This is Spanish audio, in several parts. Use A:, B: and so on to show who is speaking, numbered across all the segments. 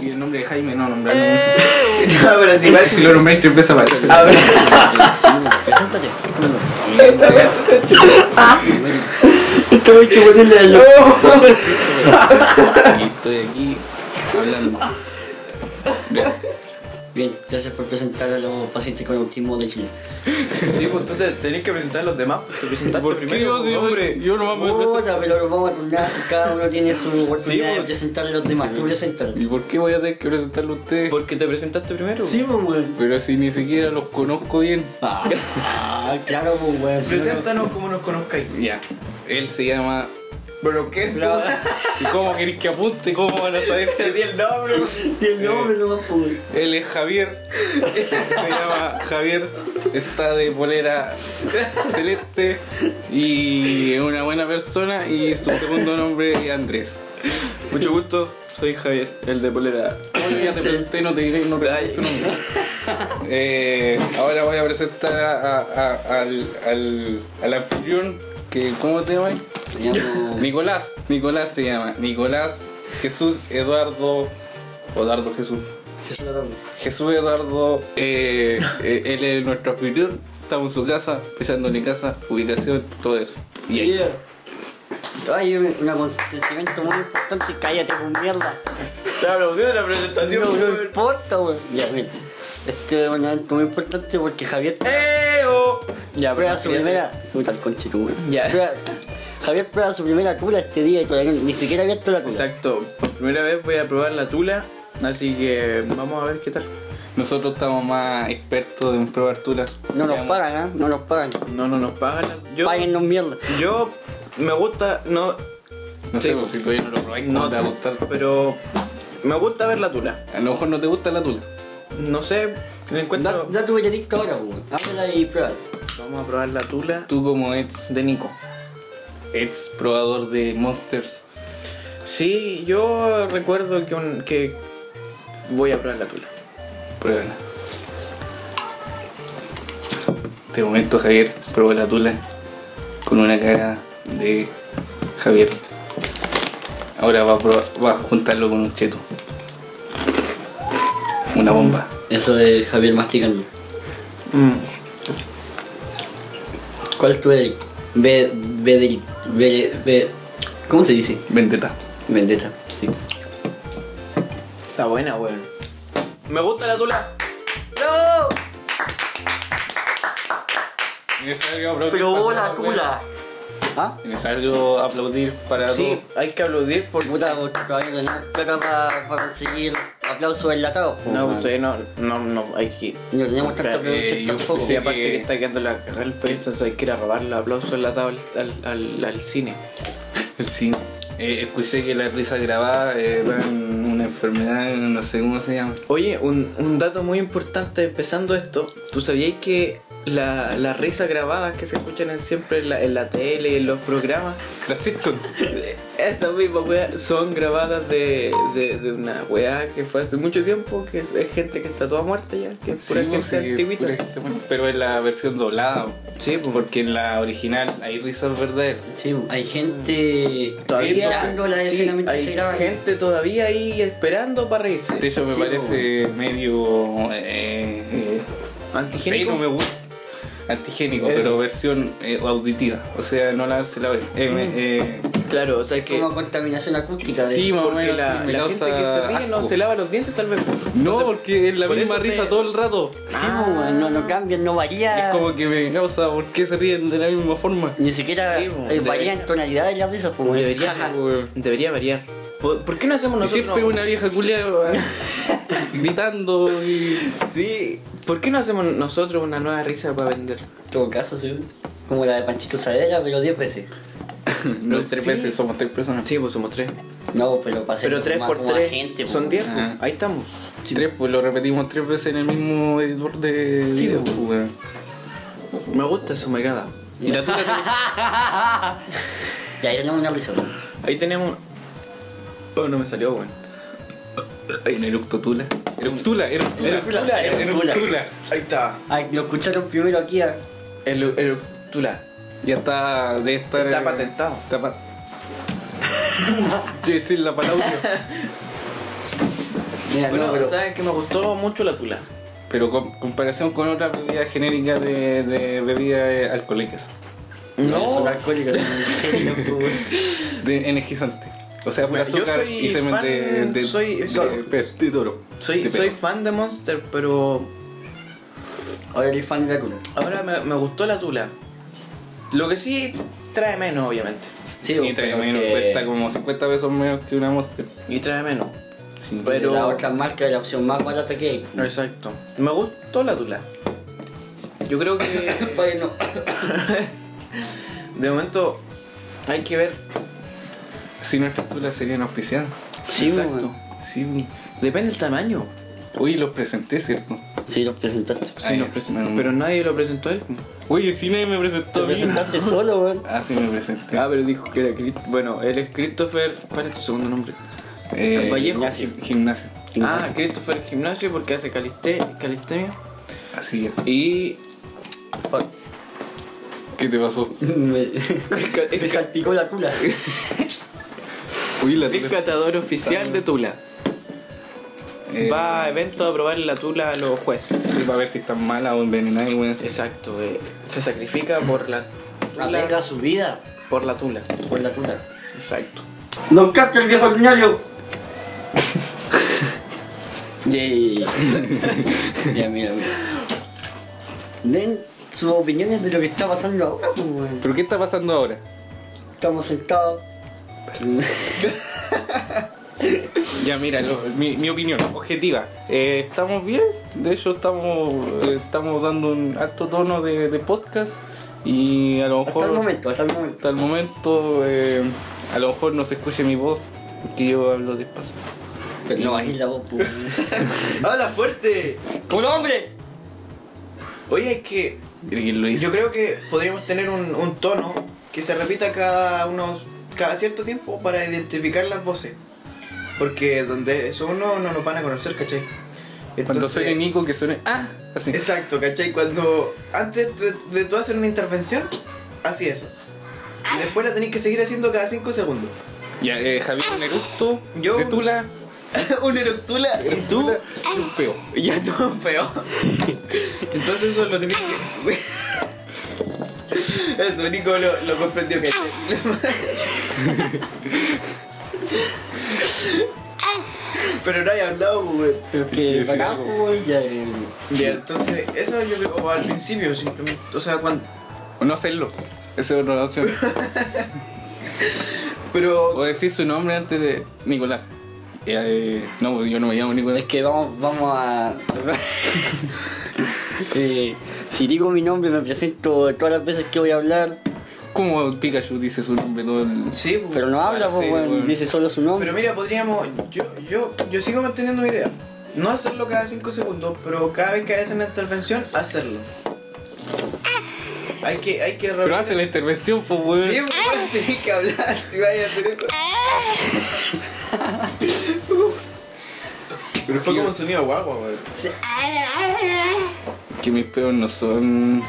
A: y el nombre de Jaime no nombrarlo.
B: No, pero si igual
A: Si lo nombráis tres veces aparece.
B: A ver.
A: Preséntate.
B: esa wea.
C: Tuve que ponerle a yo.
A: Y estoy aquí hablando.
C: Bien, gracias por presentar a los pacientes con autismo de Chile.
B: Sí, pues tú te tenés que presentar a los demás. pues, Te presentaste
A: ¿Por qué
B: primero,
A: yo,
B: pues,
A: yo-
B: hombre.
A: yo no me voy a presentar?
C: Puta, pero lo vamos a turnar. Cada uno tiene su oportunidad de
B: pues.
C: presentar a los demás. Tú presentas.
A: ¿Y por qué voy a tener que presentarlo a ustedes?
B: Porque te presentaste primero.
C: Sí, pues, weón.
A: Pero si ni siquiera los conozco bien.
C: Ah, ah, claro, pues, weón. si no, no-
B: Preséntanos como nos conozcáis.
A: Ya. Él se llama. ¿Pero qué?
C: Bravo.
A: ¿Y cómo queréis que apunte? ¿Cómo van a saber
B: Te di
A: que
B: el nombre.
C: Tiene nombre, no más, pues.
A: él es Javier? Se llama Javier, está de polera celeste y es una buena persona y su segundo nombre es Andrés.
B: Mucho gusto, soy Javier, el de polera.
A: Oye, ya te presenté, no te diré, no te
B: Ay.
A: tu nombre. Eh, ahora voy a presentar a- a- a- al, al, al anfitrión, que ¿cómo te llamas?
C: Se llama.
A: Nicolás, Nicolás se llama, Nicolás Jesús Eduardo, Eduardo Jesús,
C: Jesús Natal.
A: Jesús Eduardo, eh, eh, él es nuestro anfitrión, estamos en su casa, en casa, ubicación, todo eso. Y ahí.
C: Hay un un acontecimiento muy importante. Cállate con mierda.
B: Te aplaudió de la presentación.
C: No, no
B: weón.
C: importa, weón. Ya, mira. Este es un evento muy importante porque Javier
B: ¡Eh! oh! Ya,
C: prueba su
B: ya sé.
C: primera. Puta el conchito, weón.
B: Ya.
C: Prueba- Javier prueba su primera cura este día y todavía ni siquiera ha abierto la cura.
B: Exacto, por primera vez voy a probar la tula, así que vamos a ver qué tal.
A: Nosotros estamos más expertos en probar tulas.
C: No nos
A: Digamos,
C: pagan, ¿eh? No nos pagan.
B: No, no nos pagan. la- Yo,
C: Páguennos mierda.
B: yo me gusta, no,
A: No sé,
B: Sí.
A: pues, si todavía no lo probáis, ¿cómo
B: no
A: te va a gustar?
B: pero me gusta ver la tula.
A: A lo mejor no te gusta la tula.
B: No sé, le
C: Da,
B: encuentro.
C: da tu galletita ahora, pues, weón. Ábrela y prueba.
B: Vamos a probar la tula
A: Tú como ex,
B: de Nico.
A: ex probador de Monsters,
B: Sí, yo recuerdo que, un- que voy a probar la tula.
A: pruébala. De momento Javier probó la tula con una cara de Javier. Ahora va a, probar- va a juntarlo con un cheto. Una bomba.
C: Eso es Javier masticando.
B: Mm.
C: ¿Cuál tu Bedel? Be, Bedel. Be, be- ¿Cómo se dice?
A: Vendetta.
C: Vendetta. Sí.
B: Está buena, weón. Me gusta la tula. ¡No!
C: Probó la cura. ¿Ah?
A: Necesario aplaudir para
B: Sí, hay que aplaudir por.
C: Puta, vos todavía no tenemos plata para conseguir aplausos enlatados. po,
B: No,
C: man.
B: ustedes no, no, no, hay que.
C: No tenemos tanta
B: Espera,
A: eh,
C: producción
A: yo-
C: tampoco.
B: Sí,
A: Sí,
B: aparte
A: que-
B: que está quedando la cagada el país, entonces hay que ir a robar el aplauso enlatado al, al, al, al cine.
A: El cine. Eh, escuché que la risa grabada eh, era una enfermedad, no sé cómo se llama.
B: Oye, un, un dato muy importante empezando esto, ¿tú sabías que la- las risas grabadas que se escuchan en- siempre en la, en la tele, en los programas,
A: La sitcom.
B: eh, esas mismas weas son grabadas de, de, de una wea que fue hace mucho tiempo, que es, es gente que está toda muerta ya, que es
A: Sí,
B: pura
A: pues,
B: gente
A: sí,
B: antiguita.
A: pura gente buena. Pero en la versión doblada,
B: Sí, pues,
A: porque en la original hay risas verdaderas.
C: Sí, hay gente
B: todavía
C: esperando la
B: sí,
C: escena mientras se
B: hay
C: graba.
B: gente todavía ahí esperando para reírse.
A: De hecho, me
C: Sí,
A: parece medio. Eh, eh, no sé,
B: Antigénico.
A: no me gusta. Antigénico,
B: Eso.
A: pero versión eh, auditiva. O sea, no la se la ve. Eh, me- eh,
B: Claro, o sea que
C: Como contaminación acústica. de
A: Sí, más o
B: porque
A: menos,
B: la,
A: sí, me
B: la gente
A: causa
B: que se ríe no
A: asco.
B: se lava los dientes tal vez.
A: No, porque es la
B: por
A: misma
B: eso te-
A: risa todo el rato.
C: Sí,
B: Ah.
C: po, man, no, no cambian, no varía.
A: Es como que me causa por qué se ríen de la misma forma.
C: Ni siquiera
B: Sí, po,
C: eh,
B: debería-
C: varían tonalidades de las risas, po, man.
B: Debería,
C: Jaja.
B: debería variar. ¿Por, por qué no hacemos
A: Y
B: nosotros?
A: pues, siempre una vieja culia gritando y.
B: Sí, ¿por qué no hacemos nosotros una nueva risa para vender?
C: En todo caso, sí. Como la de Panchito Saavedra, pero 10 veces.
A: No,
B: tres
A: tres
B: veces,
A: veces, somos tres personas.
B: Sí, pues somos tres.
C: No, pero para hacer
B: Pero tres
C: más
B: por
C: pues, como
B: tres
C: agente, po,
B: son
C: man.
B: diez. pues.
A: Ajá.
B: Ahí estamos.
A: Tres, pues lo repetimos tres veces en el mismo editor de.
C: Sí,
A: video,
C: pues.
A: weón.
B: Me gusta eso, me agrada.
A: Y la tuya,
C: Ya, ya tenemos una risa. po.
B: Ahí tenemos. Oh, no me salió, bueno.
A: en Eructotula. Eructula, Eructula.
C: Eructula, Eructula.
A: Eructula.
B: Ahí está.
C: Ay, lo escucharon primero aquí ah. a...
B: El, el tula.
A: Ya está, debe estar.
B: Está
A: eh,
B: patentado.
A: Está patentado. decir la palabra.
C: Mira,
B: Bueno,
C: no, pero.
B: sabes que me gustó mucho la tula.
A: Pero con comparación con otras bebidas genéricas de, de bebidas eh, alcohólicas.
C: No, son
B: No,
C: alcohólicas, son alcohólicas, po, pues, weón.
A: De energizante. O sea, por
B: Mira, yo
A: azúcar
B: soy
A: y semen
B: fan-
A: de, de,
B: soy-
A: de,
B: soy-
A: pez, de toro.
B: soy,
A: De
B: soy
A: perro.
B: fan de Monster, pero
C: Ahora eres fan de la cuna.
B: ahora me, me gustó la tula. Lo que sí trae menos, obviamente.
A: Sí,
C: weón,
A: trae
C: pero
A: menos,
C: que
A: cuesta como 50 pesos menos que una Monster.
B: Y trae menos.
A: Sí.
B: Bueno. pero-
C: La otra marca es la opción más barata que
A: Mm.
C: hay.
B: Exacto. Me gustó la tula. Yo creo que
C: Oye, no.
B: de momento hay que ver.
A: Si nuestras tulas serían auspiciadas.
C: Sí,
B: Exacto.
C: weón.
A: Sí.
B: Depende del tamaño.
A: Uy, los presenté, ¿cierto?
C: Sí, lo presentaste.
B: Sí,
A: Ay,
B: nos presentó.
A: mm.
B: Pero nadie lo presentó él.
A: Oye, sí, nadie me
C: Te
A: presentó. a mí.
C: presentaste solo, weón.
A: Ah, sí, me presenté.
B: Ah, pero dijo que era Christopher. Bueno, él es Christopher. ¿Cuál es tu segundo nombre?
A: Eh,
B: Vallejo.
A: Gimnasio. gimnasio.
B: Ah, Christopher Gimnasio porque hace caliste, calistemia.
A: Así es.
B: Y.
C: Fuck.
A: ¿Qué te pasó?
C: Me, me salpicó la cuna.
A: Uy, la
B: Es
A: tula.
B: catador oficial de Tula.
A: Eh,
B: Va a eventos a probar la Tula a los jueces.
A: Sí, para ver si están malas o envenenadas, weón.
B: Exacto, eh, se sacrifica por la
C: Arriesga su vida
B: por la Tula.
C: por la cuna.
B: Exacto.
C: ¡No capta el viejo ordinario! Yay. ya, mira, mira. Den sus opiniones de lo que está pasando ahora, pues, weón.
A: ¿Pero qué está pasando ahora?
C: Estamos sentados.
A: Ya, mira, lo- mi, mi opinión objetiva. Eh, ¿Estamos bien? De hecho, estamos, eh, estamos dando un alto tono de, de podcast y a lo mejor...
C: Hasta el momento, hasta el momento.
A: hasta el momento, eh, a lo mejor no se escuche mi voz, que yo hablo despacio.
C: Pero no bajé la voz, pues.
B: ¡Habla fuerte!
C: ¡Como un hombre!
B: Oye, es que
A: Mira quién lo hizo.
B: yo creo que podríamos tener un, un tono que se repita cada unos cada cierto tiempo para identificar las voces. Porque donde son uno no nos van a conocer, ¿cachai?
A: Cuando
B: Entonces-
A: suene Nico, que suene... ¡Ah! Así.
B: Exacto, ¿cachai? Cuando antes de, de tú hacer una intervención, así eso. Y después la tenés que seguir haciendo cada 5 segundos.
A: Ya, eh, Javier, un eructo
B: Yo-
A: de Tula.
B: una eructula y tú
A: Un peo.
B: ya todo feo. Entonces eso lo tenés que. Eso, Nico lo, lo comprendió que. Pero no hay hablado, güey.
C: Pero
A: Sí,
C: que
A: sí,
C: bacán,
A: algo.
C: pues, weón, ya. eh,
B: Ya, entonces, eso yo creo, o al principio simplemente. O sea, cuando.
A: O no hacerlo. Esa es otra opción.
B: Pero.
A: O decir su nombre antes de Nicolás. Eh, eh, no, yo no me llamo
C: Es
A: Nicolás.
C: que vamos, vamos a. Eh, si digo mi nombre, me presento todas las veces que voy a hablar,
A: Como Pikachu dice su nombre todo el...
B: Sí, pues.
C: pero no habla,
A: Ah,
C: pues,
A: sí,
C: weón,
A: weón.
C: dice solo su nombre.
B: Pero mira, podríamos. Yo, yo, yo sigo manteniendo mi idea. No hacerlo cada 5 segundos, pero cada vez que hagas una intervención, hacerlo. Hay que, hay que
A: Pero hace la intervención, pues, weón.
B: Sí, pues, tenés que hablar si vayas a hacer eso. Pero fue como un sonido guagua, güey.
C: Sí.
A: Que mis peos no son...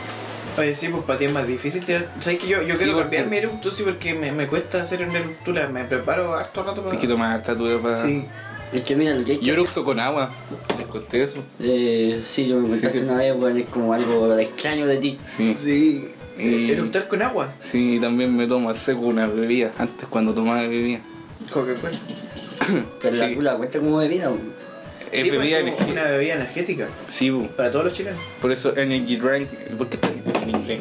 B: Oye, sí, pues para ti es más difícil tirar. ¿Sabes que yo, yo
A: Sí,
B: quiero
A: porque-
B: cambiar mi eructo, sí, porque me, me cuesta hacer una eructura. Me preparo harto rato para.
A: Hay que tomar harta tula para...
B: Sí.
C: Es que mira, lo que hay que
A: Yo
C: hacer-
A: eructo con agua. Les conté eso.
C: Eh, sí, yo me contaste
A: Sí, sí.
C: una vez, weón, es como algo extraño de ti.
A: Sí.
B: Sí.
A: Y-
B: Eructar Eh, con agua.
A: Sí, y también me tomo al seco una bebida. Antes cuando tomaba bebida.
B: Coca-Cola.
C: Pero la
A: Sí.
C: cula cuenta como bebida, weón.
A: Eh,
B: Sí, pues,
A: bebida
B: como
A: energética.
B: Una bebida energética.
A: Sí, pues. bu.
B: Para todos los chilenos.
A: por eso energy drink. ¿Por qué está en inglés?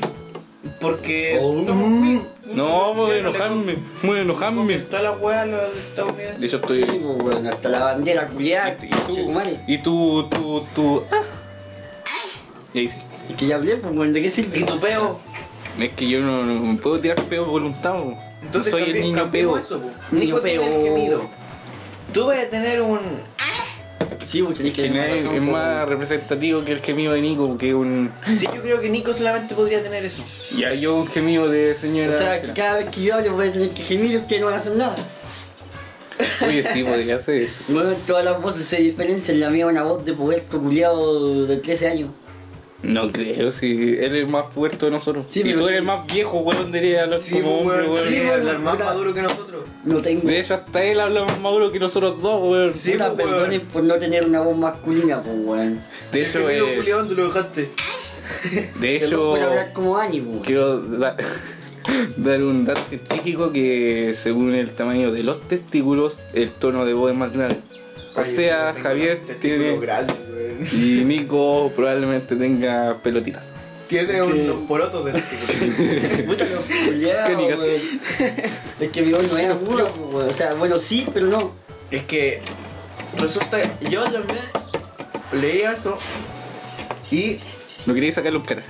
B: Porque.
C: Oh.
B: somos muy-
A: No, pues, voy a
B: muy-
A: enojarme, voy a
B: Porque
A: enojarme.
B: Todas las weas los estadounidenses.
A: De hecho
C: Sí,
A: estoy...
C: pues, weón, hasta la bandera culiada,
A: Y tú,
C: madre.
A: y tú, tú, tú... ah. Y ahí sí.
C: Es que ya hablé, pues, weón, ¿de qué sirve?
B: Y tu peo.
A: Es que yo no, no puedo tirar peo voluntad, bu.
B: Entonces
A: Soy
B: cambie-
A: el niño
B: cambiemos
A: peo.
B: eso, po.
C: Niño
B: Nico tiene
C: peo.
B: el gemido. Tú vas a tener un.
C: Sí, pues, tenés que
A: Que no
C: tener
A: es,
C: razón,
A: es
C: pues,
A: más
C: weón.
A: representativo que el gemido de Nico, que un...
B: Sí, yo creo que Nico solamente podría tener eso.
A: Ya yo un gemido de señora...
C: O sea, que cada vez que yo hablo voy a tener que gemir, ustedes no van a hacer nada.
A: Oye, sí, podría ser eso.
C: Bueno, todas las voces se diferencian, la mía es una voz de puberto culiado de 13 años.
A: No creo, si él es el más puerto de nosotros.
C: Sí,
A: y
C: pero
A: tú
C: sí.
A: eres el más viejo, weón, debería hablar como hombre,
B: weón,
A: weón.
B: sí,
C: weón,
B: hablar más
C: puta.
B: maduro que nosotros.
C: No tengo.
A: De hecho, hasta él habla más maduro que nosotros dos, weón.
B: Sí,
C: Puta,
B: pues, weón.
C: perdonen por no tener una voz masculina, pues, weón.
A: De
B: Es que
A: hecho,
B: amigo
A: eh,
B: culiao, ¿dónde lo dejaste?
A: de
C: Yo no
A: hecho,
C: puedo hablar como ánimo, weón.
A: quiero da- dar un dato científico que según el tamaño de los testículos, el tono de voz es más grande. O
B: Ay,
A: sea,
B: tengo
A: Javier
B: testículos
A: tiene...
B: grandes, weón.
A: Y Nico probablemente tenga pelotitas.
B: Tiene
C: Sí.
B: unos porotos de este testículos.
C: Puta, los culiados,
A: Qué niga.
C: weón. Es que mi voz no es aguda, pues, weón. O sea, bueno, sí, pero no.
B: Es que resulta yo también leía eso y
A: No quería sacarlo en cara.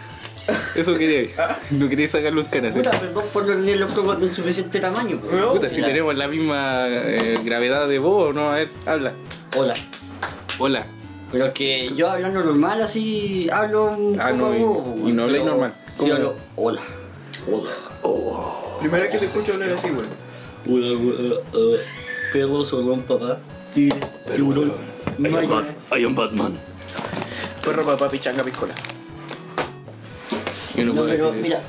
A: Eso quería ir. No quería sacarlo en cara. sí.
C: Puta, perdón por no tener los cocos de suficiente tamaño, pues.
B: No,
A: Puta, si tenemos la misma eh, gravedad de voz, ¿no? A ver, habla.
C: Hola.
A: Hola.
C: Pero es que yo hablando normal así hablo un
A: Ah,
C: poco
A: no, y-
C: agudo, pues,
A: y
C: weón,
A: no habláis
C: pero
A: normal.
C: Sí,
A: ¿Cómo?
C: hablo hola. Hola. Hola.
B: primera vez que te escucho hablar así, weón.
C: Hola, eh, hola, hola. Perro solón, papá. Tiburón. Mañana.
B: Perro papá pichanga piscola.
A: Yo no,
C: No,
A: puedo
C: pero
A: decir
C: mira,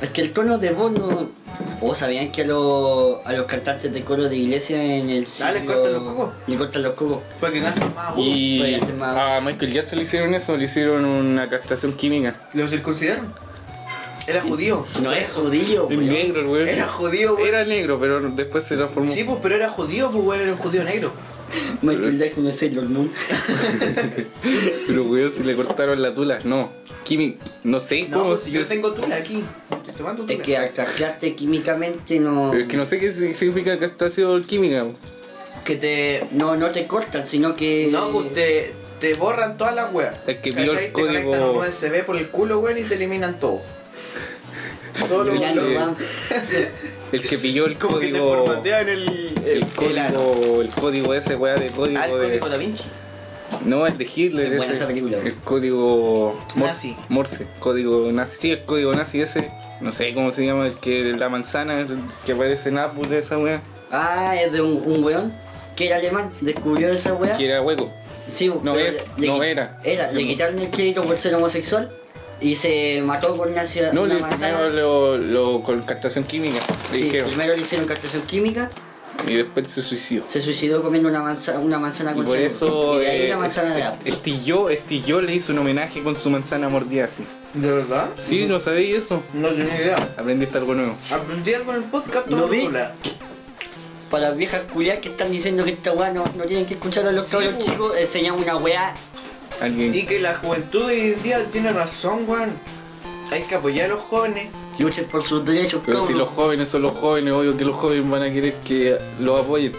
C: es que el tono de voz no. ¿O sabían que a, los- a los cantantes de coro de iglesia en el
B: Ah, les
C: siglo-
B: cortan los cocos.
C: Le cortan los cocos.
B: Para que gasten más
A: eso.
B: agudo.
A: Y
C: Oye, este es más-
A: a Michael Jackson le hicieron eso, le hicieron una castración química.
B: ¿Lo circuncidaron? Era judío.
C: No es judío,
A: El
C: weón.
A: negro, güey.
B: Oh, Era judío, weón.
A: Era negro, pero después se transformó.
B: Sí, pues, pero era judío, pues, weón, era un judío negro.
C: Michael Jackson es Sailor Moon.
B: pues.
A: Pero, güey, si le cortaron la tula. No. Química. No sé
B: No,
A: cómo.
B: pues, yo
A: es-
B: tengo tula aquí. Estoy tomando tula.
C: es que al castrarte químicamente no.
A: pero es que no sé qué significa castración química. güey.
B: Que te...
C: No, no te cortan, sino que.
B: No, pues, te, te borran todas las weas.
A: Es que vio el
B: ¿Cachai? Te conectan
A: código-
B: un USB por el culo, weón, y se eliminan todo. Todo lo
C: Ya no
A: Eh,
C: van.
A: El que pilló el
B: Como que te
A: código.
B: formatean el...
A: el
B: ano.
A: código, el código ese, weá, de código.
B: Ah, el
A: de-
B: código da Vinci.
A: No, el de Hitler.
C: Es buena
A: ese.
C: esa película.
A: El código Mor-
B: Nazi.
A: Morse, código nazi. Sí, el código nazi ese. No sé cómo se llama, el que la manzana el que aparece en Apple, esa weá.
C: Ah, es de un, un weón que era alemán, descubrió esa weá.
A: Que era hueco.
C: Sí, pues,
A: No
C: pero
A: es-
C: le-
A: no
C: le-
A: era. pues.
C: Era, le quitaron el crédito por ser homosexual y se mató con una, ciudad,
A: No,
C: una
A: le,
C: manzana.
A: primero lo, lo- con castración química. le
C: Sí,
A: dijeron.
C: primero le hicieron castración química,
A: Y después se suicidó.
C: se suicidó comiendo una manzana, una manzana
A: Y
C: con
A: por
C: salmón.
A: eso.
C: Ah, Y de ahí
A: eh, este
C: la manzana de la...
A: Estilló, Estilló le hizo un homenaje con su manzana mordida así.
B: ¿De verdad?
A: Sí, no sabéis eso.
B: No tenía idea.
A: Aprendiste algo nuevo.
B: Aprendí algo en el podcast
C: ¿Lo
B: tomando
C: vi?
B: tula.
C: Para las viejas culiadas que están diciendo que esta weá no, no tienen que escuchar a los
B: Sí,
C: cabros
B: po.
C: chicos, enseñan una weá.
A: Alguien.
B: Y que la juventud hoy en día tiene razón, weón. Hay que apoyar a los jóvenes.
C: Luchen por sus derechos,
A: Pero
C: cabros.
A: si los jóvenes son los jóvenes, obvio que los jóvenes van a querer que los apoyen.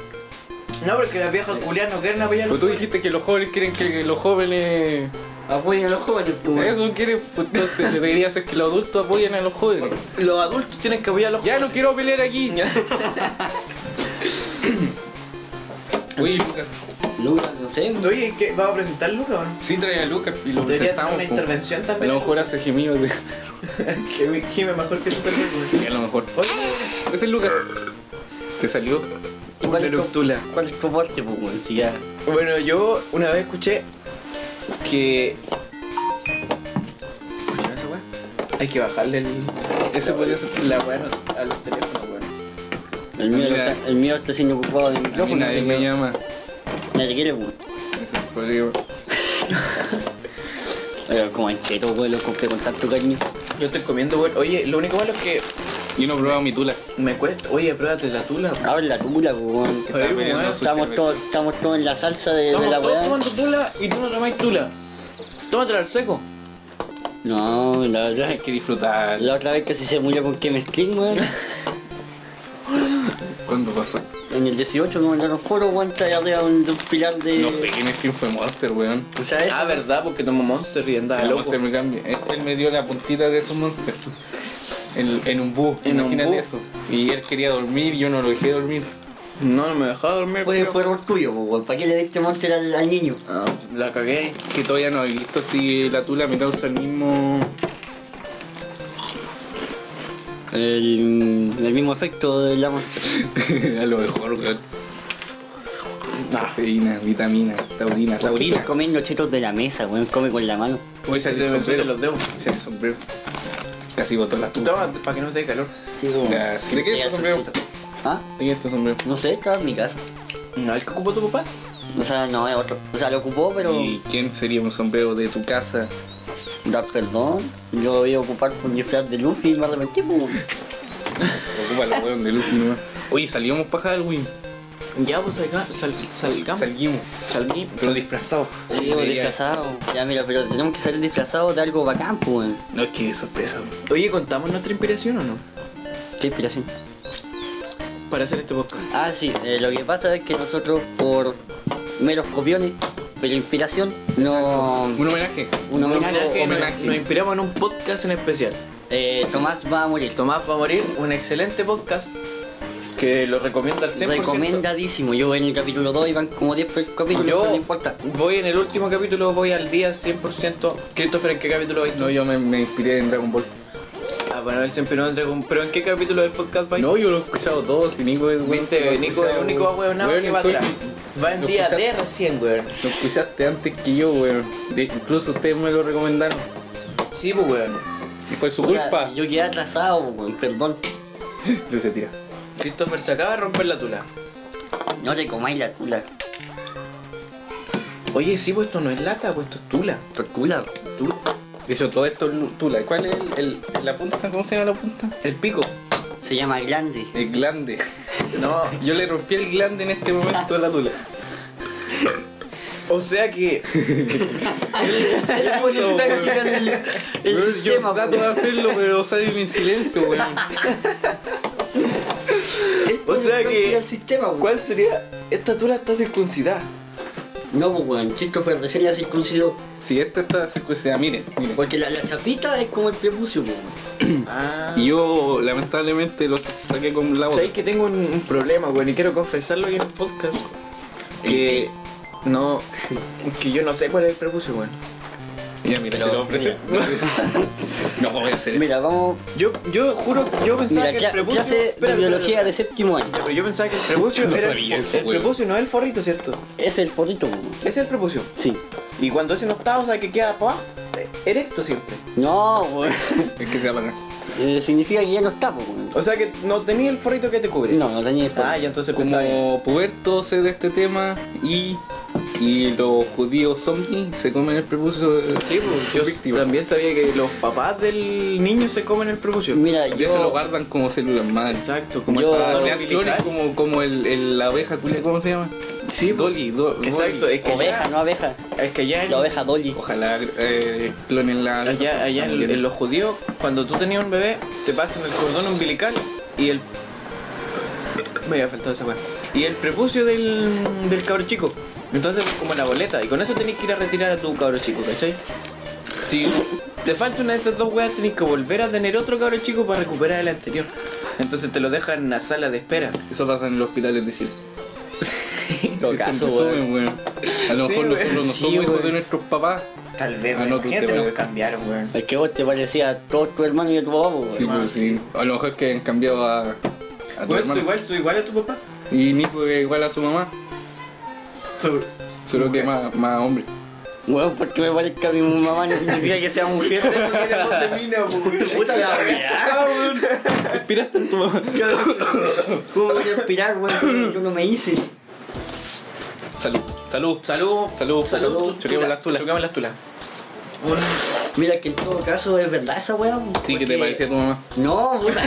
B: No, porque las viejas culiadas no quieren apoyar a
A: Pero
B: los
A: Pues tú
B: jóvenes.
A: dijiste que los jóvenes quieren que los jóvenes...
C: Apoyen a los jóvenes, po,
B: eh.
C: weón.
A: Eso quieren, pues entonces debería ser que los adultos apoyen a los jóvenes.
B: Los adultos tienen que apoyar a los
A: Ya no
B: jóvenes.
A: quiero pelear aquí. Oye, Lucas.
C: Lucas, no sé.
B: Oye, ¿qué? ¿Vamos a presentarlo, cabrón?
A: Sí trae a Lucas y lo
B: Debería tener
A: presentamos.
B: una
A: po.
B: intervención
A: A
B: también.
A: lo mejor hace gemidos. de-
B: que me gime mejor que tú
A: Sí, a lo mejor. Oye, ese es Lucas. ¿Te salió?
C: ¿Cuál es tu-
B: eructula.
C: ¿Cuál es tu aporte, po, weón? Si ya...
B: Bueno, yo una vez escuché que... ¿Escucharon esa weá? Hay que bajarle el...
A: Ese podría ser...
B: La weá a los teléfonos, weón.
C: El mío,
A: Mira.
C: está, el mío está siendo ocupado de
A: A mí
C: micrófono.
A: nadie me
C: no-
A: llama.
C: Nadie quiere, weón.
A: Ese es el problema.
C: Pero como anchero, weón, lo compré con tanto cariño.
B: Yo estoy comiendo, weón. Oye, lo único malo es que
A: Yo no he probado mi tula.
B: me cuesta. Oye, pruébate la tula. weón.
C: Habla tula, weón.
A: Estaba
B: Ahí,
A: peleando
B: weón.
A: su
C: Estamos
A: cerveza.
C: todos, estamos todos en la salsa de, de
B: Estamos
C: la
B: todos
C: weá.
B: tomando tula y tú no tomáis tula. Tómatela al seco.
C: No, la verdad
A: Hay
C: es que
A: que disfrutar.
C: la otra vez casi se murió con Kem Skin, weón.
A: ¿Cuándo pasó?
C: En el 18 me mandaron foro, weón, trae arriba un, de un pilar
B: Eh.
C: de.
A: No sé quién es quien fue Monster, weón.
C: O sea, eso,
B: Ah, verdad, porque tomo Monster y andaba
A: El
B: loco.
A: Monster me cambia. Él me dio la puntita de su Monster. En, en un bus,
B: En un
A: imagínate
B: bus.
A: eso. Y él quería dormir, yo no lo dejé dormir.
B: No, no me dejaba dormir.
C: fue,
B: pero-
C: fue error tuyo, po, weón. ¿Para qué le diste monster al, al niño?
B: Ah, la cagué.
A: Que todavía no he visto si la tula me causa el mismo.
C: El, el mismo efecto de la monster.
A: a lo mejor, weón. Cafeína, vitamina, taurina,
C: ¿Por qué
A: taurina.
C: se comen los chetos de la mesa, weón? Come con la mano.
A: Uy, se
B: Se
A: hace el
B: me
A: sombrero.
B: ensucian los dedos.
A: Se hace el sombrero. Casi botó la tula.
B: Toma, para que no te dé calor.
C: Sí, como.
A: Ya, ¿De qué es el sombrero?
C: ¿Ah?
A: ¿De quién es este sombrero?
C: No sé, estaba en mi casa.
B: ¿No es que ocupó tu papá?
C: O sea, no es otro. O sea, lo ocupó, pero.
A: ¿Y quién sería un sombrero de tu casa?
C: Dar perdón. Yo lo voy a ocupar con mi flash de Luffy y me arrepentí, pues.
A: Ocupa la weón de Luffy nomás. Oye, salimos para Halloween.
B: Ya, pues salga- sal- salgamos.
A: Salimos.
B: Salí.
A: Pero disfrazado.
C: Sí, pues, disfrazado. Ya, mira, pero tenemos que salir disfrazados de algo bacán, pues. weón.
A: No, es que sorpresa.
B: Oye, ¿contamos nuestra inspiración o no?
C: Qué inspiración.
B: Para hacer este podcast.
C: Ah, sí, eh, lo que pasa es que nosotros, por meros copiones, pero inspiración, no.
A: Un homenaje.
C: Un
B: Homenaje,
C: homenaje.
A: homenaje.
B: Nos inspiramos en un podcast en especial.
C: Eh, Tomás va a morir.
B: Tomás va a morir, un excelente podcast que lo recomiendo al 100%.
C: Recomendadísimo. Yo en el capítulo 2 iban como 10 per capítulo, pero
B: Yo
C: no importa.
B: voy en el último capítulo, voy al día 100%. Christopher, ¿en qué capítulo vais? tú?
A: No, yo me, me inspiré en Dragon Ball.
B: Ah, bueno, él se inspiró en Dragon ¿Pero en qué capítulo del podcast vais?
A: No, yo lo he escuchado todo. Si Nico es weón, lo
B: Viste,
A: he
B: Nico es el
A: escuchado.
B: único ahueonado
A: Weón,
B: que va
A: estoy-
B: atrás. Va en
A: Lo
B: día
A: escuchaste.
B: de recién, weón.
A: Lo escuchaste antes que yo, weón. De- incluso ustedes me lo recomendaron.
B: Sí, pues, weón.
A: Y fue su
C: Puta,
A: culpa.
C: Yo quedé atrasado, pues, weón, perdón.
A: Yo se tira.
B: Christopher se acaba de romper la tula.
C: No te comáis la tula.
B: Oye, sí, pues esto no es lata, pues esto es tula.
C: Tortula.
B: Tula.
A: De hecho, todo esto es lu- tula. ¿Cuál es el, el- la punta? ¿Cómo se llama la punta?
B: El pico.
C: Se llama grande.
A: El glande.
B: No.
A: Yo le rompí el glande en este momento a la tula.
B: O sea que.
A: Weón, yo trato
C: pues.
A: de hacerlo, pero sale en silencio, weón.
B: O sea que-
C: El sistema, weón.
B: ¿Cuál sería? Esta tula está circuncidada.
C: No, pues, weón, chico fue recién la circuncidó.
A: Si esta está circuncidada, miren, miren.
C: Porque la, la chapita es como el prepucio, pues, weón.
B: Ah.
A: Y yo, lamentablemente, lo saqué con la boca.
B: Sabéis que tengo un, un problema, weón, y quiero confesarlo aquí en el podcast. Que no. Que yo no sé cuál es el prepucio, weón.
A: Ya, mira, te lo presento. No puede ser eso.
C: Mira, vamos.
B: Yo, yo juro, yo pensaba
C: Mira,
B: que el
C: cla-
B: prepucio.
C: clase
B: Espera,
C: de
B: espera,
C: biología
B: espera.
C: de séptimo año.
B: Ya, pero yo pensaba que el prepucio
A: No
B: era el
A: sabía
B: fo-
A: eso,
B: el
A: weón.
B: prepucio, no es el forrito, ¿cierto?
C: Es el forrito, pues, weón.
B: Ese es el prepucio.
C: Sí.
B: Y cuando ese no está, o sea que queda pa, eh, erecto siempre.
C: No, weón.
A: Es que se va a pagar.
C: Eh, significa que ya no está, pues, weón.
B: O sea que no tenía el forrito que te cubre.
C: No, no tenía el forrito.
B: Ah, ya entonces pensaba que-
A: Como puberto sé de este tema y, y los judíos zombies se comen el prepucio eh, de
B: Sí, pues, yo
A: sus víctimas.
B: también sabía que los papás del niño se comen el prepucio.
C: Mira,
A: Y eso lo
C: yo.
A: guardan como células madre.
B: Exacto, como
C: Yo-
B: el
A: Para
B: papá
A: crear clones como, como el, el- la abeja culia, ¿cómo se llama?
B: Sí, pues.
A: Dolly, do-
B: Exacto,
A: Dolly.
B: es que
C: Oveja,
B: ya-
C: no abeja.
B: Es que allá, en,
C: La oveja Dolly.
A: Ojalá eh, clonen la abeja.
B: allá, allá en, en los judíos, cuando tú tenías un bebé, te pasan el cordón umbilical y el... Me había faltado esa weá. Y el prepucio del, del cabro chico. Entonces es como la boleta. Y con eso tenés que ir a retirar a tu cabro chico, ¿cachai? Si te falta una de esas dos weas, tenés que volver a tener otro cabro chico para recuperar el anterior. Entonces te lo dejan en la sala de espera.
A: Eso pasa en los hospitales de Chile.
C: Lo
A: Siempre
C: caso,
A: suben,
C: weón.
A: weón. A lo
B: Sí,
A: mejor nosotros no
B: weón,
A: somos
C: sí,
A: hijos de
C: weón.
A: nuestros papás.
B: Tal vez,
A: Ah, no, tú te vayas.
B: cambiaron, weón.
C: Es que vos te parecías a todos tus hermanos y a tu papá, pues, weón.
A: Sí, pues, sí. A lo mejor que han cambiado a, a tu
B: Weón, tú
A: hermano.
B: igual, soy igual a tu papá.
A: Y Nico es igual a su mamá, solo que más, más hombre.
C: Weón, porque me parezca a mi mamá no significa que sea mujer. Puta la weá.
A: Inspiraste en tu mamá.
C: ¿Cómo voy a aspirar, weón? Yo no me hice.
A: Salud, salud.
B: Salud,
A: Salud,
B: salud.
A: Choquemos las tulas.
B: Choquemos las tulas.
C: Mira que en todo caso es verdad esa weá.
A: Sí, que te parecía tu mamá.
C: No, puta.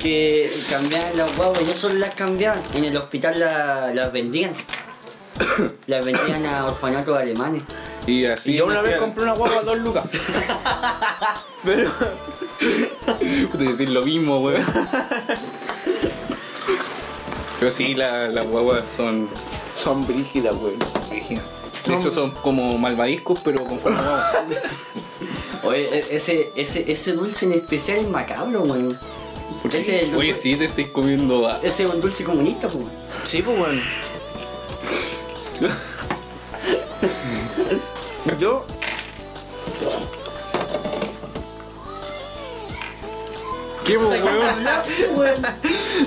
C: que cambiaban las guaguas, no solo las cambiaban, en el hospital la- las vendían. las vendían a orfanatos alemanes.
A: Y así.
B: Y yo una vez
A: decía-
B: compré una guagua a dos lucas. Pero
A: Puta, decir lo mismo, weón. Pero sí, la- las guaguas son.
B: son brígidas, weón.
A: rígidas. De hecho, son como malvaviscos, pero con forma de guagua.
C: Oye, e- ese, ese, ese dulce en especial es macabro, weón. Ese es el
A: Oye,
C: dulce-
A: sí, te estáis comiendo. ah, a-
C: ese es un dulce comunista, pues.
B: Sí, pues weón. Yo.
A: ¿Qué, po, weón?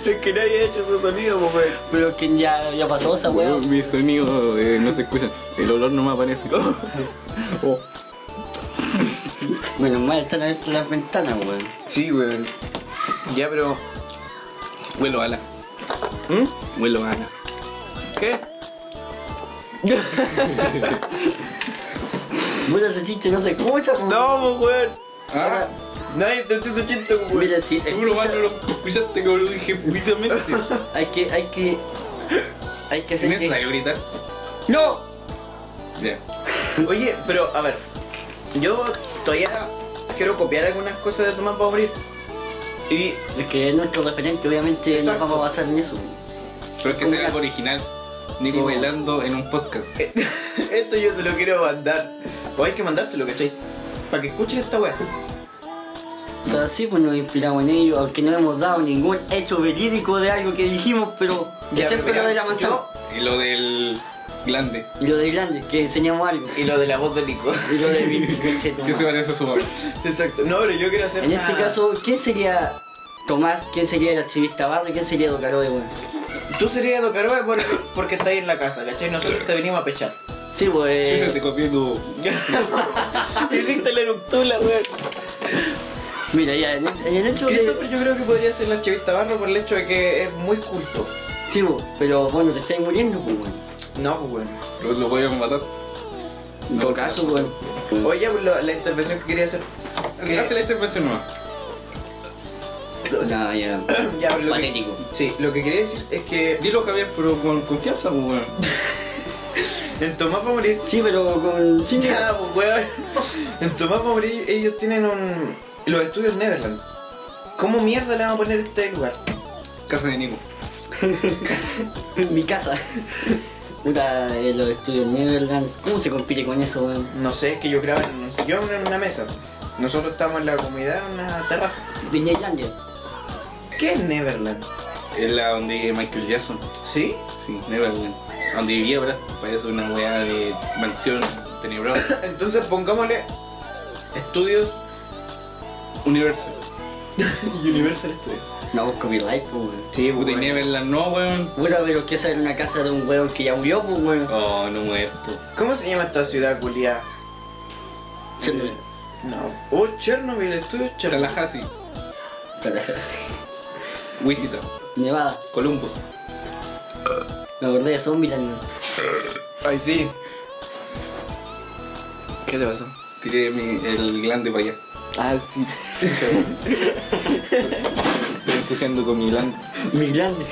B: Es que nadie ha hecho su sonido, pues weón.
C: Pero que ya, ya pasó esa weá.
A: Weón, Mi sonido eh, no se escucha. El olor no me aparece. Oh.
C: Menos mal están abiertas las ventanas, weón.
B: Sí, weón. Ya, pero.
A: Vuelo ala.
B: ¿Mm?
A: Muy lo gana.
B: ¿Qué?
C: Puta, ese chiste no se escucha, po.
B: No, pues, weón.
A: Ah,
C: Ahora,
B: Nadie te hizo chiste, pues, weón.
C: mira, sí,
A: tú lo
C: escucha,
A: malo lo escuchaste como lo dije putamente.
C: hay que, hay que, hay que
A: ¿Es
C: hacer que...
A: necesario gritar?
B: ¡No!
A: Ya.
B: Oye, pero a ver, yo todavía quiero copiar algunas cosas de Tomás para morir. Y
C: Es que es nuestro referente, obviamente
B: Exacto.
C: nos vamos a basar en eso.
A: Pero es que
C: Como
A: sea
C: la-
A: algo original. Nico
C: Sí,
A: bailando en un podcast.
B: esto yo se lo quiero mandar. O hay que mandárselo, ¿cachai? Para que escuchen esta weá.
C: O sea, sí, pues nos inspiramos en ello, aunque no hemos dado ningún hecho verídico de algo que dijimos, pero
B: Ya,
C: siempre
B: pero
C: lo de la
B: yo-
C: manzana
A: Y lo del glande.
C: y lo de grande, que enseñamos algo.
B: Y lo de la voz de Nico.
C: Y lo de
A: ¿Qué se parece a su mamá?
B: Exacto. No, pero yo quiero hacer.
C: En
B: una-
C: este caso, ¿quién sería Tomás? ¿Quién sería el activista Barro? ¿Y ¿Quién sería Docaro de bueno?
B: Tú serías Docaroe porque, porque estáis en la casa, ¿cachai? Nosotros te venimos a pechar.
C: Sí, pues.
A: Yo se te copié tu.
B: Hiciste la eruptula, weón.
C: Mira, ya, en el, en el hecho
B: Christopher,
C: de.
B: yo creo que podría ser el archivista barro por el hecho de que es muy culto.
C: Sí, pues, pero bueno, te estáis muriendo, pues, weón.
B: No, pues bueno.
A: Lo, lo voy a matar.
C: En todo caso, weón.
B: Oye, pues, la, la intervención que quería hacer.
A: ¿Qué hace la intervención nueva?
C: Nah, ya.
B: Ya, pues, lo que-
C: Patético.
B: Sí, lo que quería decir es que
A: Dilo Javier, pero con confianza, pues, weón.
B: en Tomás para morir.
C: Sí, pero con. Sin
B: Ya, pues, weón. En Tomás para morir, ellos tienen un. Los estudios Neverland. ¿Cómo mierda le van a poner este lugar?
A: Casa de Nico.
C: mi casa. Puta, eh, los estudios Neverland. ¿Cómo se compite con eso, weón?
B: No sé, es que yo grababa en un sillón, en una mesa. Nosotros estábamos en la comunidad, en una terraza.
C: Disneylandia.
B: ¿Qué es Neverland?
A: Es la donde vive Michael Jackson.
B: ¿Sí?
A: Sí, Neverland. Donde vivía, ¿verdad? Parece una weá de mansión tenebrosa.
B: Entonces pongámosle estudios
A: Universo.
B: Universal Studios.
C: No, pues, copyright, pues, weón.
B: Sí,
A: Puta, y
B: weón.
A: Neverland no, weón.
C: Bueno, pero que esa era una casa de un weón que ya murió, pues, weón.
A: Oh, no muerto.
B: ¿Cómo se llama esta ciudad, culiada?
C: Chernobyl.
B: No. Oh, Chernobyl, estudios Chernobyl.
A: Tallahassee, Wichita,
C: Nevada.
A: Columbus.
C: Me acordé de Zombieland, weón.
B: Ay, sí. ¿Qué te pasó?
A: Tiré mi, el glande para allá.
B: Ah, sí.
A: Estoy ensuciando con mi glande.
C: Mi grande.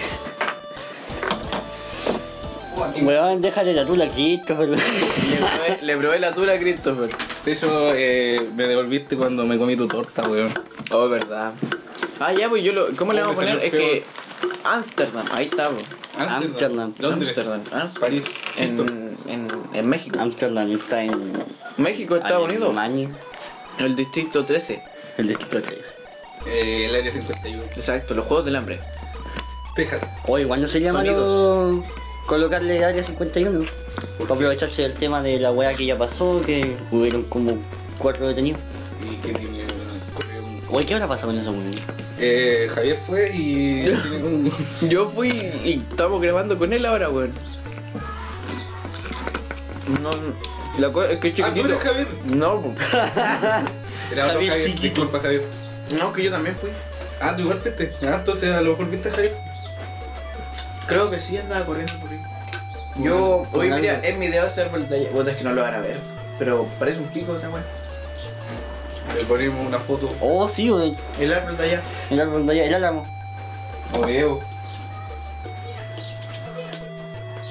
C: Weón, déjale la tula aquí, pero...
B: Le probé, le probé la tula a Christopher.
A: De hecho, eh, me devolviste cuando me comí tu torta, weón.
B: Oh, verdad. Ah, ya, pues yo lo. ¿Cómo le
A: Oh,
B: vamos a
A: me
B: poner?
A: salió
B: Es que. Amsterdam, ahí está, pues.
C: Amsterdam.
A: Londres.
B: Amsterdam, Amsterdam.
A: París.
B: En,
A: Egipto.
B: en, en México.
C: Amsterdam está en...
B: México, Estados Unidos.
C: Alemania,
B: El distrito 13.
C: el distrito 3.
A: Eh, el área 51.
B: Exacto, los Juegos del Hambre.
A: Texas.
C: O igual no sería malo colocarle área 51. Para aprovecharse del tema de la weá que ya pasó, que hubieron como cuatro detenidos.
A: ¿Y qué tiene? eh, correo?
C: Oye, ¿qué habrá pasado con esa weón?
A: Eh, Javier fue y tiene como-
B: Yo fui y estamos grabando con él ahora, weón. No. La cosa es que es
A: Ah, tú
B: chiquitito.
A: eres Javier.
B: No, pues.
A: Era otro
C: Javier
A: Javier,
C: chiquito.
A: Disculpa, Javier.
B: no, que yo también fui.
A: Ah, tú igual fuiste. Ah, entonces a lo mejor viste a Javier.
B: Creo que sí andaba corriendo por ahí. Yo,
C: Con
B: hoy
C: algo.
B: mira, en mi idea hacer pantalla. Bueno, es que no lo van a ver. Pero parece un pico esa weón.
A: Le ponemos una foto.
C: Oh, sí, weón.
B: El árbol de allá.
C: El árbol de allá, el álamo. Oh,
A: O veo.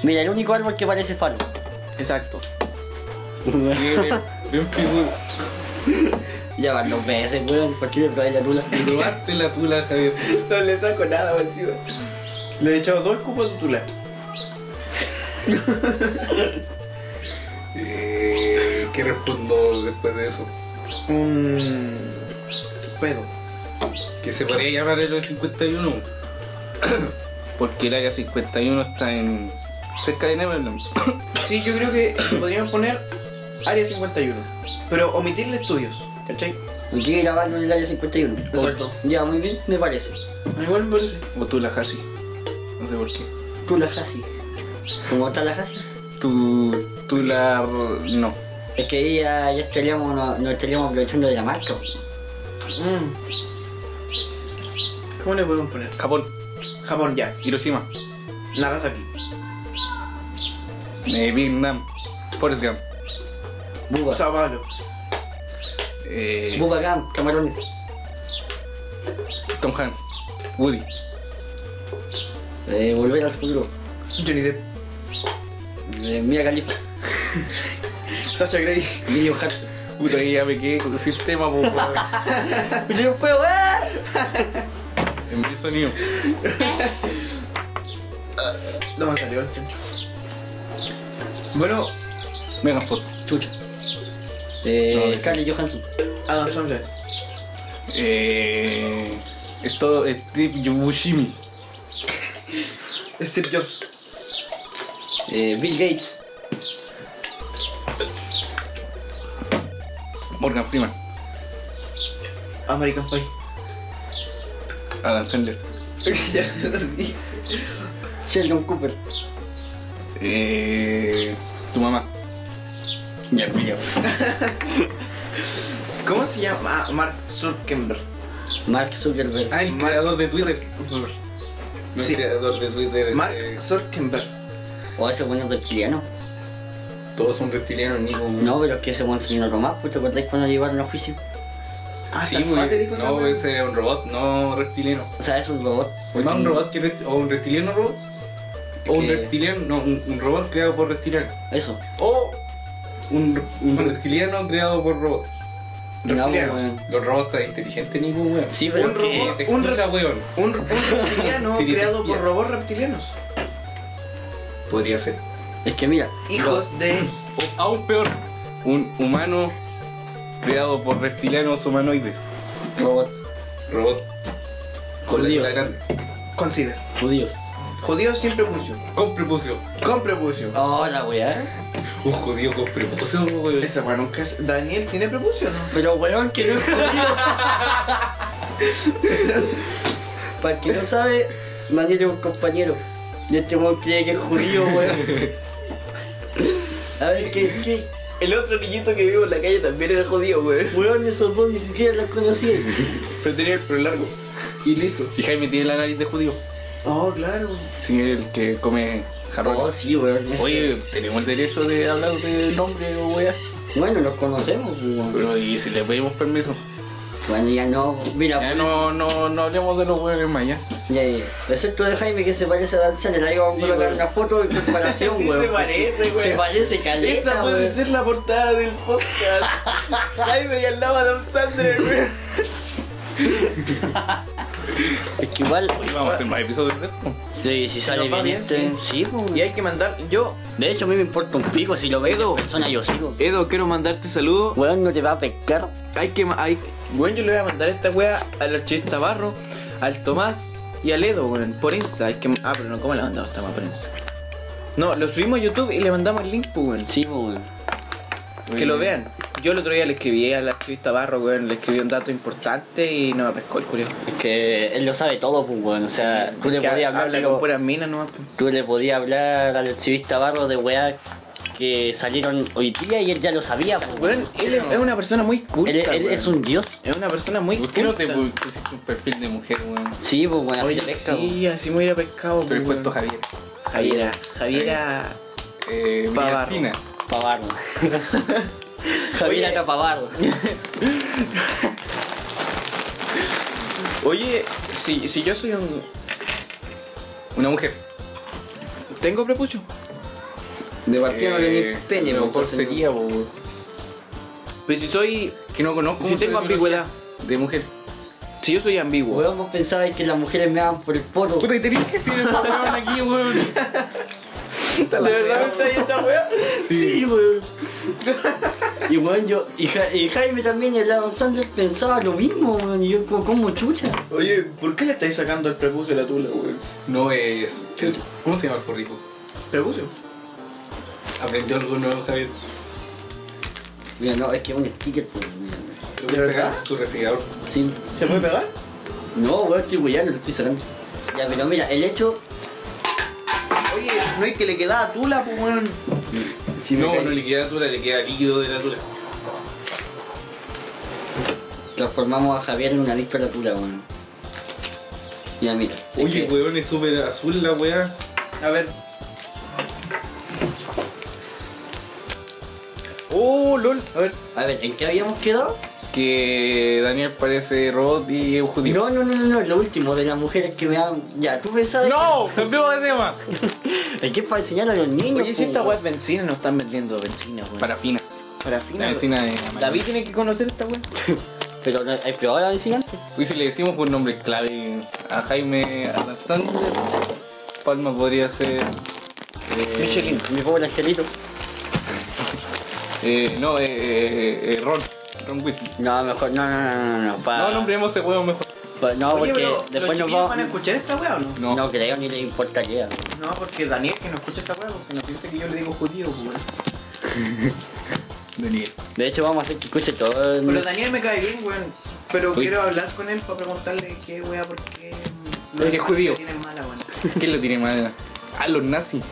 C: Mira, el único árbol que parece falo.
B: Exacto.
A: Bien, bien figura.
C: Ya van dos veces, weón. ¿Por qué le probé la tula?
A: Te Robaste la pula, Javier.
B: No le saco nada, weón. sí, weón. Le he echado dos cubos de tula.
A: Eh, ¿Qué respondo después de eso?
B: Un. pedo.
A: Que se podría llamar el 51. Porque el área 51 está en. cerca de Neverland.
B: Sí, yo creo que podríamos poner Área 51. Pero omitirle estudios, ¿cachai?
C: Hay que grabarlo en el área 51.
B: Exacto.
C: Ya, muy bien, me parece.
B: Ah, Igual me parece.
A: O tú la Hashi. No sé por qué.
C: Tú la jasi. ¿Cómo está la jasi?
A: Tú. tú la. no.
C: Es que ahí ya, ya estaríamos, no- nos, estaríamos aprovechando de la marca.
B: Mm. ¿Cómo le podemos poner?
A: Japón,
B: Japón ya.
A: Hiroshima.
B: Nagasaki.
A: Eh, Vietnam. Forrest Gump.
C: Buba.
B: Sao Paulo.
A: Eh,
C: Buba Gam, camarones.
A: Tom Hanks. Woody.
C: Eh, volver al futuro.
B: Johnny Depp.
C: Eh, Mia Califa.
B: Sasha Grey.
C: Leo Harper.
A: Puta, ahí ya me quedé con el sistema, po, po.
C: Leo Fuego, ¡ah!
A: En mi sonido.
B: No me salió el chancho. Bueno,
A: Megafoot.
C: Chucha.
A: No,
C: Eh,
A: ese.
C: Scarlett Johansson.
B: Adam Sandler.
A: Eh, esto es Steve Yobushimi.
B: Steve Jobs.
C: Eh, Bill Gates.
A: Morgan Freeman.
B: American Pie.
A: Adam Sandler.
B: ya me dormí.
C: Sheldon Cooper.
A: Eh, tu mamá.
C: Ya, ya.
B: ¿Cómo se llama? Ah, Mark Zuckerberg.
C: Mark Zuckerberg.
A: Ah, el
B: Mark
A: creador de Twitter.
B: Zuckerberg.
A: No,
B: Sí.
A: El creador de Twitter.
B: Mark
A: eh,
B: Zuckerberg.
C: O ese bueno reptiliano.
A: todos son reptilianos, Nico.
C: No, pero es que ese buen señor otro más, pues te acordás cuando lo llevaron a juicio.
B: Ah,
A: Sí,
B: Salfate
A: güey.
B: dijo esa
A: No,
B: weá.
A: ese era un robot, no reptiliano.
C: O sea, es un robot.
A: Más un robot que rept- o un reptiliano robot. O un
C: Que-
A: reptiliano, no, un, un robot creado por reptiliano.
C: Eso.
A: O un, un reptiliano creado por robot.
C: No,
B: Reptiliano.
C: weón.
A: Los robots tan inteligentes, Nico, weón.
C: Sí, pero
B: Un
C: que-
A: Eh,
B: robot.
A: te
B: un
A: escucha, weón.
B: Un, un reptiliano
A: Sí,
B: creado
A: reptiliano.
B: por robots reptilianos.
A: Podría ser.
C: es que mira.
B: Hijos de.
A: O aún peor, un humano creado por reptilianos humanoides.
C: ro- Robot.
A: Robot. Con la
C: Judíos.
A: cola grande.
B: Consider.
C: Judíos.
B: Judíos sin prepucio.
A: Con prepucio.
B: Con prepucio.
C: Hola, weá.
A: Un judío con prepucio, weón.
B: Esa weá nunca es. Daniel tiene prepucio, ¿no?
C: Pero weón, que no es judío. Para el que no sabe, Daniel es un compañero. Y este weón cree que es judío, weón. A ver, ¿qué, qué?
B: El otro niñito que vivo en la calle también era judío, weón.
C: Weón, esos dos ni siquiera los conocí.
B: Pero tenía el pelo largo. Y liso.
A: Y Jaime tiene la nariz de judío.
B: Oh, claro.
A: Sí, el que come jarrón.
C: Oh, sí, weón. ese-
A: Oye, tenemos el derecho de hablar del nombre o weá.
C: Bueno, los conocemos, weón.
A: Pero y si le pedimos permiso.
C: Bueno, ya no. Mira,
A: Ya no, no, no hablemos de los weones más ya.
C: Ya, ya. Excepto de Jaime que se parece a Dan Sandler. Ahí vamos
A: Sí,
C: a colocar
A: weón.
C: una foto en comparación,
B: Sí,
C: weón.
B: se parece, weón.
C: Se parece caleta,
B: Esa puede
C: weón.
B: ser la portada del podcast. Jaime y al lado Adam Sandler, weón.
C: Es que igual.
A: Oye, vamos a hacer más episodios de esto.
C: Sí, si sale
B: nos va
C: bien, este.
B: bien,
C: Sí, weón.
B: Y hay que mandar. Yo,
C: De hecho, a mí me importa un pico. Si lo veo
B: Edu.
C: en persona, yo sigo.
B: Edo, quiero mandarte saludos.
C: Weón, no te va a pescar.
B: Hay que. ma- Hay, bueno, yo le voy a mandar esta wea al archivista Barro, al Tomás y al Edo, weón, por Insta. Hay que, ah, pero no, ¿cómo le mandamos esta wea por Insta? No, lo subimos a YouTube y le mandamos el link, pues, weón.
C: Sí, weón.
B: Que lo vean. Yo el otro día le escribí al archivista Barro, weón, le escribí un dato importante y no me pescó el curioso.
C: Es que él lo sabe todo, pues, weón. O sea, tú le
B: Que
C: podías hablar.
B: habla
C: pero-
B: con puras minas nomás. pues.
C: Tú le podías hablar al archivista Barro de weá que salieron hoy día y él ya lo sabía, pues,
B: Weón, él es, es una persona muy culta.
C: Él, él
B: weón.
C: es un dios.
B: Es una persona muy
A: Eh, ¿Por
B: culta.
A: qué no te pusiste un perfil de mujer, weón?
C: Sí, pues, weón. Así
B: Oye,
C: te pesca, weón.
B: sí, así me hubiera pescado.
A: Pero el
B: weón.
A: cuento Javier.
B: Javiera. Javiera.
A: Eh,
B: Pavarro.
A: Brillantina.
C: Pavarro. Javier
B: Oye.
C: acá Pavarro.
B: Oye, si, si yo soy un.
A: Una mujer.
B: Tengo prepucio.
C: De
A: Eh, Lo mejor sería, weón.
B: Pero si soy.
A: Que no conozco.
B: Si
A: mucho
B: tengo
A: de biología
B: ambigüedad.
A: De mujer.
B: Si yo soy ambiguo.
C: Weón, vos pensabais que las mujeres me daban por el poto.
A: Puta, y tenías que decir esa weón aquí, weón.
B: ¿De verdad está ahí esta weá?
C: Sí, weón. Y weón, yo. Y, Ja- y Jaime también y el Adam Sandler pensaba lo mismo, weón. Y yo como, como chucha.
B: Oye, ¿por qué le estáis sacando el prepucio a la tula, weón?
A: No es. ¿Cómo se llama el forrico?
B: ¿Prepucio?
A: Aprendió algo nuevo, Javier.
C: Mira, no, es que es un sticker, pues, mira.
A: ¿De
B: verdad?
A: Tu refrigerador.
C: Sí.
B: ¿Se puede pegar?
C: No, weón, estoy weyando, lo estoy sacando. Ya, pero mira, el hecho.
B: Oye, no es que le quedaba a tula, pues weón.
C: Si me
A: no,
C: caí-
A: no le queda tula, le queda líquido de la tula.
C: Transformamos a Javier en una dictadura, weón. Ya, mira. es
A: Oye,
C: que-
A: weón, es súper azul la weá.
B: A ver. Oh, lol. A ver.
C: A ver, ¿en qué habíamos quedado?
A: Que Daniel parece robot y es judío.
C: No, no, no, no, no, lo último de las mujeres que me dan. Ya, tú pensabas.
A: ¡No! ¡Cambiamos de tema!
C: Es que es para enseñar a los niños.
B: Oye, pues, si
C: po,
B: esta weá
C: weón.
B: es benzina, no están vendiendo benzina, weón.
A: Parafina. La
B: parafina.
A: vecina de.
B: David tiene que conocer esta weá.
C: Pero no, ¿has probado la vecina antes?
A: Y si le decimos un nombre clave a Jaime Alexander, Palma podría ser. eh,
B: Michelin.
C: Mi pobre angelito.
A: eh, no, eh, eh, eh, Ron. Ron Weasley.
C: No, mejor, no, no, no, no, no, pa-
A: No nombremos ese huevo mejor.
C: pa- no,
B: Oye,
C: porque
B: pero
C: después
B: ¿los
C: nos
B: chiquillos
C: vamos.
B: van a escuchar esta weá o no?
A: No.
C: No creo ni le importaría.
B: No, porque Daniel que no escucha esta weá, porque no piensa que yo le digo judío, pues, weón.
A: Daniel.
C: De hecho, vamos a hacer que escuche todo. el-
B: Pero Daniel me cae bien, weón. Pero
A: Uy.
B: quiero hablar con él para preguntarle qué mm, weá, porque.
A: Eres judío.
B: Tienen mala, weón.
A: ¿Quién le tiene mal? Ah, los nazis.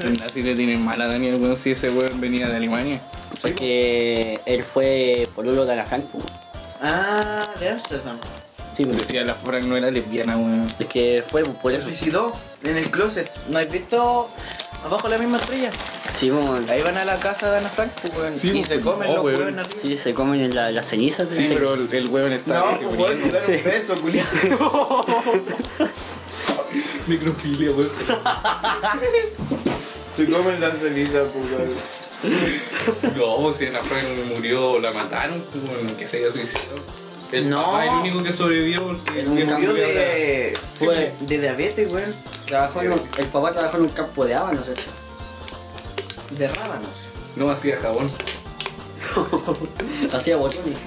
A: Los nazis le tienen mal a Daniel, weón, si ese weón venía de Alemania.
C: Porque él fue Polulo de Alaján. po.
B: Ah, de Amsterdam.
C: Sí, po.
A: Decía la Frank no era lesbiana, weón.
C: Es que fue po, por
B: Se
C: eso.
B: suicidó en el closet. ¿No has visto abajo la misma estrella?
C: Sí, po.
B: Ahí van a la casa de Ana Frank, pues, weón.
A: Sí,
B: y
A: pues,
B: se comen
A: no,
B: los
A: weón.
B: weones arriba.
C: Sí, se comen la- las cenizas del
A: Sí,
C: se-
A: pero el, el weón está.
B: No, pues weón, me dar un beso, culiado.
A: Microfilia, weón.
B: se comen las cenizas, pues, weón.
A: No, pues, si Ana Frank murió, la mataron, pues, weón, que se haya suicidado. El
B: No.
A: papá es el único que sobrevivió porque el
C: Él
A: viejo
B: Murió
A: murió de-
B: de.
C: Fue-
B: de diabetes, weón.
C: Trabajó en un- el papá trabajó en un campo de habas, no sé.
B: De rábanos.
A: No hacía jabón.
C: Hacía botones.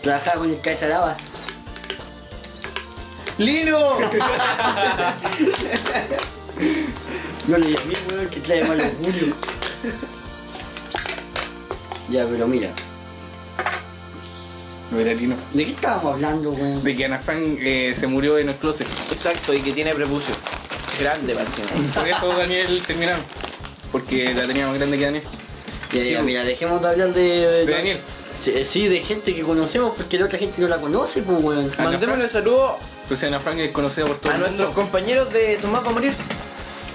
C: Trabajaba con el Caesaraba.
B: ¡Lino!
C: No le llamé, weón, que trae mal orgullo. ya, pero mira.
A: No era lino.
C: ¿De qué estábamos hablando, weón?
A: De que Ana Frank eh, se murió en el closet.
B: Exacto, y que tiene prepucio. Grande, Martín.
A: Por eso Daniel terminaron. Porque la tenía más grande que Daniel.
C: Ya,
A: Sí,
C: ya,
A: weón.
C: mira, dejemos de hablar de... De,
A: De Daniel.
C: Sí, eh, sí, de gente que conocemos, porque la otra gente no la conoce, pues, weón.
A: Ah,
B: Mandémosle saludos
A: Pues Ana Frank es conocida por todo
B: a
A: el
B: nuestros
A: mundo.
B: compañeros de Tomás para morir.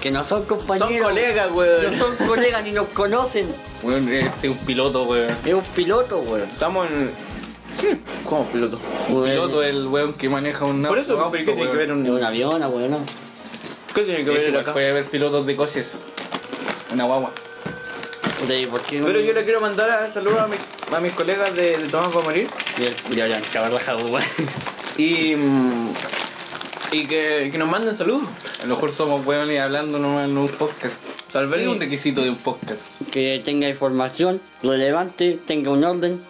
C: Que no son compañeros.
B: Son colegas,
C: No
B: weón.
C: son colegas ni nos conocen.
A: Weón, este es un piloto, weón.
C: Es un piloto, weón.
B: Estamos en. ¿Qué? ¿Cómo piloto?
C: Weón,
A: Piloto eh. es el weón que maneja un
B: Por eso,
A: auto,
B: pero ¿qué tiene que
A: weón.
B: ver
C: Es
B: un.
C: un avión, ah, weón. no.
B: ¿Qué tiene que
A: Eso,
B: ver
A: weón,
B: acá?
A: Puede haber pilotos de coches. Una guagua.
C: Puta, ¿y por qué no-
B: Pero yo le quiero mandar a- saludos a, mi- a mis colegas de, de Tomás para morir.
C: Mira, el culiao, ya, cabrón, la jabu, weón.
B: Y. mm, Y que, que nos manden saludos.
A: A lo mejor somos weones hablando nomás en un podcast.
B: Tal
A: Pero
B: vez.
A: es un requisito de un podcast.
C: Que tenga información relevante, tenga un orden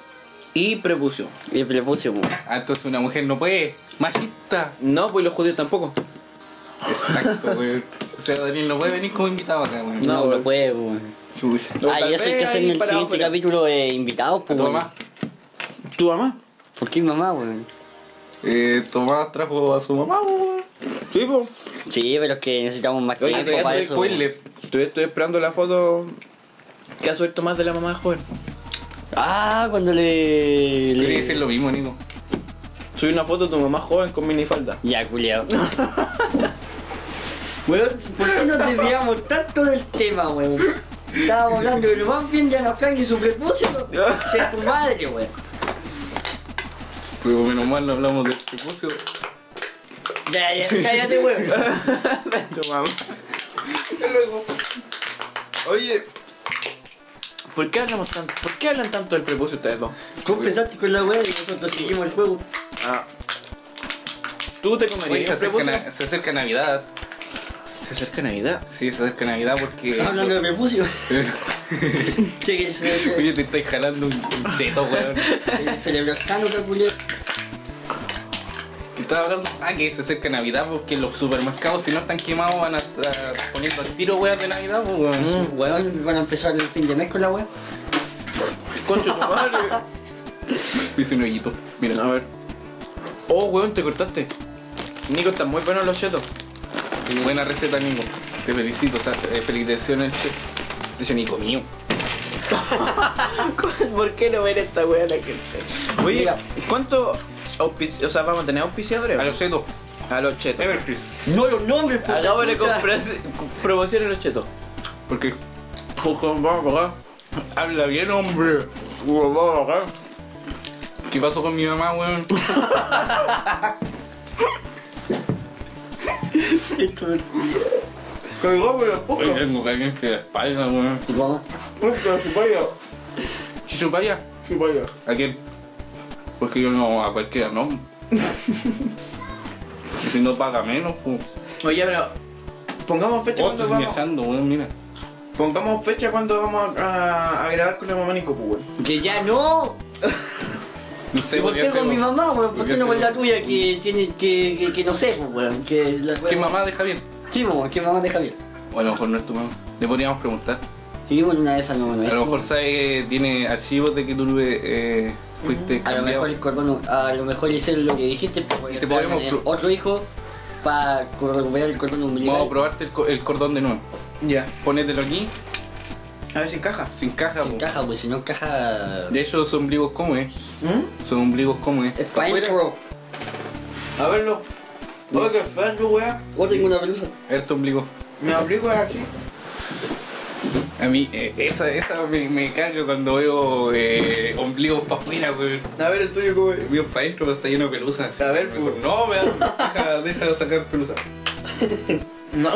B: Y prepucio.
C: y prepucio, weón.
A: Ah, entonces una mujer no puede. Machista.
B: No, pues los judíos tampoco.
A: Exacto, weón. O sea, Daniel no puede venir como invitado acá, weón.
C: No,
B: weón.
C: no puede, weón.
A: Chucha.
B: No,
C: Ah,
B: tal
C: y eso hay
B: vez
C: que hacer en
B: ahí
C: el
B: para
C: siguiente
B: afuera.
C: capítulo de invitados,
A: A
C: pues,
A: tu
C: weón.
A: mamá.
B: ¿Tu mamá?
C: ¿Por qué mamá, weón?
A: Eh, Tomás trajo a su mamá, weón.
B: Sí, pues.
C: Sí, pero es que necesitamos más
B: Oye,
C: tiempo
B: te-
C: para
B: te-
C: eso. weón.
A: Spoiler.
B: Estoy, estoy esperando la foto que ha suelto más de la mamá de joven.
C: Ah, cuando le.
A: Yo
C: le-
A: Quería decir lo mismo, Nico.
B: Subí una foto de tu mamá joven con minifalda.
C: Ya, culiao.
B: Weón,
C: ¿Por qué nos desviamos tanto del tema, weón? Estábamos hablando de lo más bien de Ana Frank y su prepucio. ¿no? Che, tu madre, weón.
A: Pero menos mal no hablamos de este prepucio.
C: Ya, ya, cállate, weón.
B: tu mamá. Oye. ¿Por qué, hablamos tanto? ¿Por qué hablan tanto del prepucio ustedes dos?
C: Tú empezaste con la weón y nosotros seguimos el juego.
B: Ah. ¿Tú te
A: Oye,
B: comerías
A: se
B: el
A: acerca,
B: prepucio?
A: na- se acerca Navidad.
B: Se acerca Navidad.
A: Sí, se acerca Navidad porque.
C: Hablando de prepucio. Che, que
A: Oye,
C: se,
A: te estáis jalando un, un cheto, weón.
C: que celebró el Hanukkah, culiao.
A: Que estaba hablando. Ah, que se acerca Navidad porque los supermercados, si no están quemados, van a estar poniendo al tiro, weón, de Navidad, pues, weón.
C: Mm, Weón, van a empezar el fin de mes con la weón.
B: Concha tu madre.
A: Hice un hoyito. Mira,
B: A ver. Oh, weón, te cortaste. Nico, están muy buenos los chetos.
A: buena receta, Nico. Te felicito, o sea, eh, felicitaciones al chef. De hecho, Nico mío.
B: ¿Por qué no ver esta weá la gente? Oye,
C: Mira.
B: ¿cuánto auspici- O sea, vamos a tener auspiciadores.
A: A los chetos.
B: A los chetos.
A: Evercris.
C: No los nombres, por
B: Hagámosle con frase- con promoción a los chetos.
A: Porque
B: ¿eh?
A: habla bien, hombre. ¿Qué pasó con mi mamá, weón? Hoy tengo caliente de espalda, weón.
C: ¿Tu mamá?
A: Chicho, vaya. ¿A quién? Porque yo no, a cualquiera no. si no paga menos, pues.
B: Oye, pero pongamos fecha
A: Oh,
B: cuando
A: estoy
B: vamos.
A: señalizando, weón, mira.
B: Pongamos fecha cuando vamos a, a- a grabar con la mamá Nico, pues, weón.
C: Que ya no.
A: No sé
C: ¿Y por qué con
A: hacemos.
C: mi mamá, weón? ¿Por
A: ¿Por
C: qué
A: qué
C: no con la
A: hacemos?
C: tuya que tiene que, que, que no sé, pues, weón? Que la
A: ¿Qué mamá de Javier?
C: Sí, pues, weón, que mamá de Javier.
A: O a lo mejor no es tu mamá. Le podríamos preguntar.
C: Sí, bueno, una de esas no, no
A: A
C: es.
A: lo mejor sabe que tiene archivos de que tú eh, fuiste
C: A lo
A: cambiado.
C: mejor el cordón, a lo mejor hicieron lo que dijiste,
A: Y
C: pues,
A: te
C: te
A: podemos
C: podemos
A: pro-
C: otro hijo para recuperar el cordón
A: Vamos a
C: umbilical.
A: probarte el, co- el cordón de nuevo.
B: Ya.
A: Ponételo aquí,
B: A ver si encaja.
A: sin caja.
C: Sin
A: po.
C: caja, pues, si no caja.
A: De hecho, son ombligos como es.
B: ¿Mm?
A: Son ombligos como es.
C: Es para
A: Afuera,
C: bro.
B: A verlo. Oye, qué feo, weón.
C: O tengo una pelusa.
A: Este ombligo.
B: Me aplico así.
A: A mí, eh, esa, esa me, me cargo cuando veo eh, ombligos para afuera, weón.
B: A ver el tuyo, weón.
A: Mío para adentro, pero está lleno de pelusas.
B: A ver,
A: Mejor,
B: pues.
A: no, weón. Deja, deja de sacar pelusas.
B: No.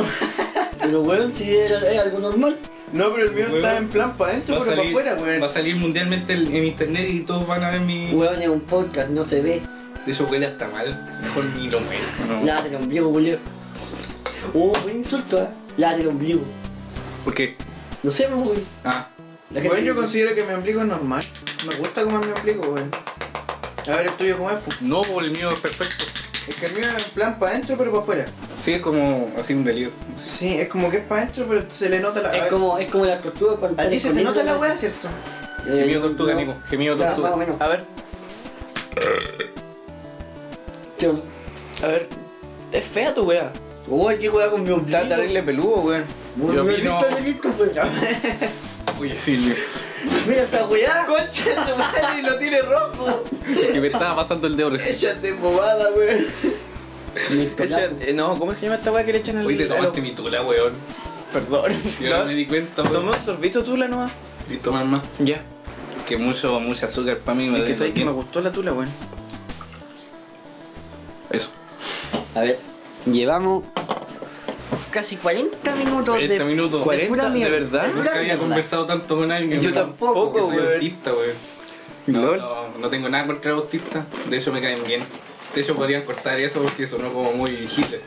C: Pero, weón, si era- es algo normal.
B: No, pero el mío
A: Weón.
B: está en plan para adentro, pero para afuera,
A: va a
B: weón.
A: salir mundialmente en, en internet y todos van a ver mi.
C: Weón, es un podcast, no se ve.
A: De eso huele hasta mal. Mejor ni lo muestro. ¿no?
C: Lávate el ombligo, boludo. Oh, buen insulto, eh. Lávate el ombligo.
A: ¿Por qué?
C: pues. No sé, weón.
A: Ah,
C: La
B: Weón,
C: gente-
B: yo considero que mi ombligo es normal. Me gusta cómo es mi ombligo, weón. A ver el tuyo, ¿cómo es, pues?
A: no, po, el mío es perfecto.
B: Es que el mío es en plan para adentro, pero para afuera.
A: Sí, es como así un delirio.
B: Sí, es como que es para adentro, pero se le nota la. a
C: Es
B: ver,
C: como, es como la tortuga cuando. pues.
B: A ti se te nota la weá,
C: weón?
B: ¿cierto?
A: Gemido tortuga, Nico. Gemido
C: O sea,
A: tortuga.
C: Eh, más o menos.
B: A ver,
C: Yo-
B: a ver. Es fea tu weá.
C: Uy, qué weá con mi ombligo.
B: Está terrible peludo, weón.
C: Uy,
A: Yo
C: me he
A: opino-
C: visto, le he visto, fue.
A: Oye, Silvio,
C: Mira esa weá.
B: Concha de su madre, lo tiene rojo.
A: que me estaba pasando el dedo recién.
B: Échate bobada, weón.
C: Me estoy hablando.
B: Echa- eh, No, ¿cómo se llama esta weá que le echan al
A: Hoy te tomaste
B: al-
A: mi tula, weón.
B: Perdón.
A: Y ahora me di cuenta, weón.
B: Tomé un sorbito tula nomás.
A: Y tomar más.
B: Ya.
A: Que mucho, mucho azúcar para mí. me
B: Es que
A: duele
B: sabes que me
A: bien.
B: gustó la tula, weón.
A: Eso.
C: A ver, llevamos casi 40 minutos
A: 40
C: de.
A: minutos.
C: pura
B: 40, ¿de
C: mierda.
B: verdad?
C: pura
A: Nunca había
C: mierda.
A: conversado tanto con alguien.
B: Yo
A: weón.
B: tampoco,
A: Porque soy
B: weón.
A: autista, weón. No, no, no tengo nada contra los autistas. De hecho, me caen bien. De hecho, podrían cortar eso porque sonó como muy Hitler.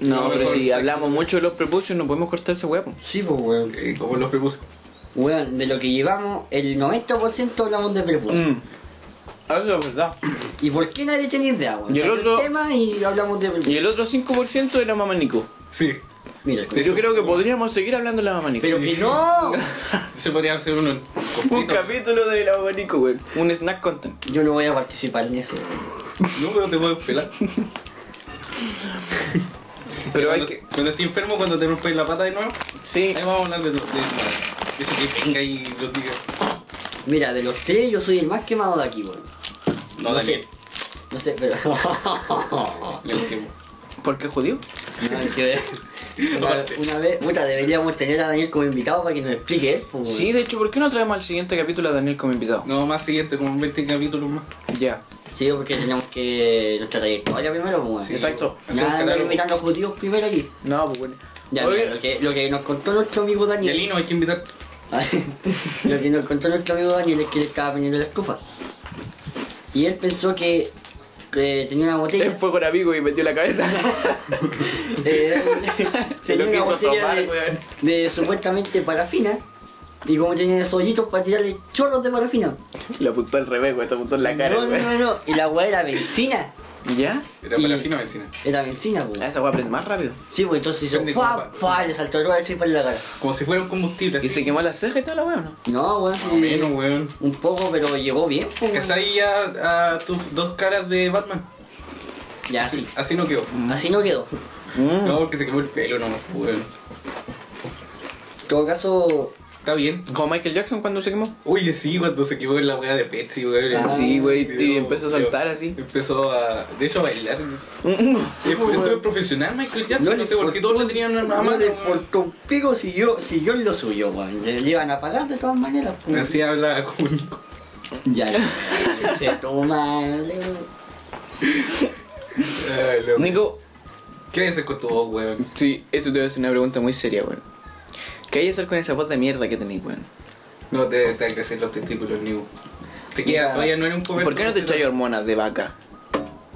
B: No,
A: No,
B: pero
A: mejor
B: si
A: sí.
B: hablamos mucho de los prepucios, no podemos cortar ese weá, po.
C: Sí, pues weón.
A: Eh, como los prepuse.
C: Weón, de lo que llevamos, el 90% hablamos de prepucio.
B: Mm. Ah, Eso es verdad.
C: ¿Y por qué nadie tiene idea, weón?
B: Y el
C: Salió
B: otro-
C: tema y hablamos de prepucio.
B: Y el otro 5% era mamá Nico.
A: Sí.
C: Mira,
A: Sí,
B: Yo creo que podríamos seguir hablando de la mamá Nico.
C: pero que no.
A: Se podría hacer uno
B: Un
A: completo.
B: capítulo de la mamá Nico, weón. Un snack content.
C: Yo no voy a participar en eso. weón.
A: No, pero te puedo pelar.
B: Pero hay
A: cuando,
B: que.
A: Cuando estés enfermo, cuando te rompes la pata de nuevo,
B: Sí.
A: ahí vamos a hablar de, de, de, de eso que venga y los diga.
C: Mira, de los tres, yo soy el más quemado de aquí, weón.
A: No, Daniel.
C: No sé, pero. no,
A: Le último.
B: ¿Por qué judío?
C: hay que ver. Una, una vez, puta, deberíamos tener a Daniel como invitado para que nos explique él, pues, weón.
B: Sí, de hecho, ¿por qué no traemos al siguiente capítulo a Daniel como invitado?
A: No, más siguiente, como 20 capítulos más.
B: Ya.
C: Sí, porque tenemos que nuestra trayectoria primero, pues.
A: Sí,
B: exacto.
A: Hacer un
C: Nada, andar
A: catálogo.
C: invitando a judíos primero aquí.
B: No, pues bueno.
C: Ya,
B: Oye,
C: mira, lo que, lo que nos contó nuestro amigo Daniel.
A: Yalino, hay que invitarte.
C: lo que nos contó nuestro amigo Daniel es que él estaba prendiendo la estufa. Y él pensó que, que tenía una
B: él
C: botella.
B: fue con amigo y metió la cabeza.
C: eh,
B: Se lo
C: tenía una
B: quiso
C: botella
B: tomar,
C: de,
B: weón.
C: de supuestamente parafina. Y como tenía esos hoyitos para tirarle chorros de parafina.
B: Lo apuntó al revés, güey. Te apuntó en la cara,
C: no, no,
B: güey.
C: no, no. Y la weá era benzina.
B: ¿Ya?
A: Era
C: Y-
A: para la fina vecina.
C: Era benzina, pues.
B: Ah, esa weá prende más rápido.
C: Sí, pues entonces hizo
A: Prende
C: ¡fua!
A: como pa-
C: ¡fua! Le saltó el y fue en la cara.
A: Como si fuera un combustible.
B: ¿Y
A: Así.
B: se quemó la ceja y toda la weá o no?
C: No, weón,
A: Más
C: sí.
A: o menos, weón.
C: Un poco, pero llegó bien, po, weón.
A: Que ahí a, a tus dos caras de Batman.
C: Ya, sí.
A: Así no quedó.
C: Así no quedó.
B: Mm.
A: No, porque se quemó el pelo, no, weón.
C: En todo caso,
A: Está bien.
B: Como Michael Jackson cuando se quemó.
A: Oye, sí, cuando se quedó en la weá de Pepsi, güey.
C: Ah,
B: Sí, güey,
A: Quedó-
B: y empezó a
A: quedó-
B: saltar así.
A: Empezó a. De hecho, a bailar.
C: Sí,
A: Empezó
C: pues,
A: a
C: güey.
A: profesional Michael Jackson.
C: No
A: No,
C: le
A: sé por qué
C: importó-
A: todos le tenían una
C: Mamá
A: mamá.
C: de por tu pico siguió, siguió en lo suyo, weón. Le le iban a pagar de todas maneras, pues.
A: Así habla como un-
C: Ya. Se toma. weón.
A: Ay, no.
B: Nico,
A: ¿Qué haces con tu voz, weón?
B: sí, eso te voy a hacer una pregunta muy seria, weón. ¿Qué hay que hacer con esa voz de mierda que tenéis, weón?
A: No te, te crecen los testículos, Nico. Te queda,
C: Ya.
A: todavía no era un momento.
B: ¿Por qué no te echáis hormonas de vaca?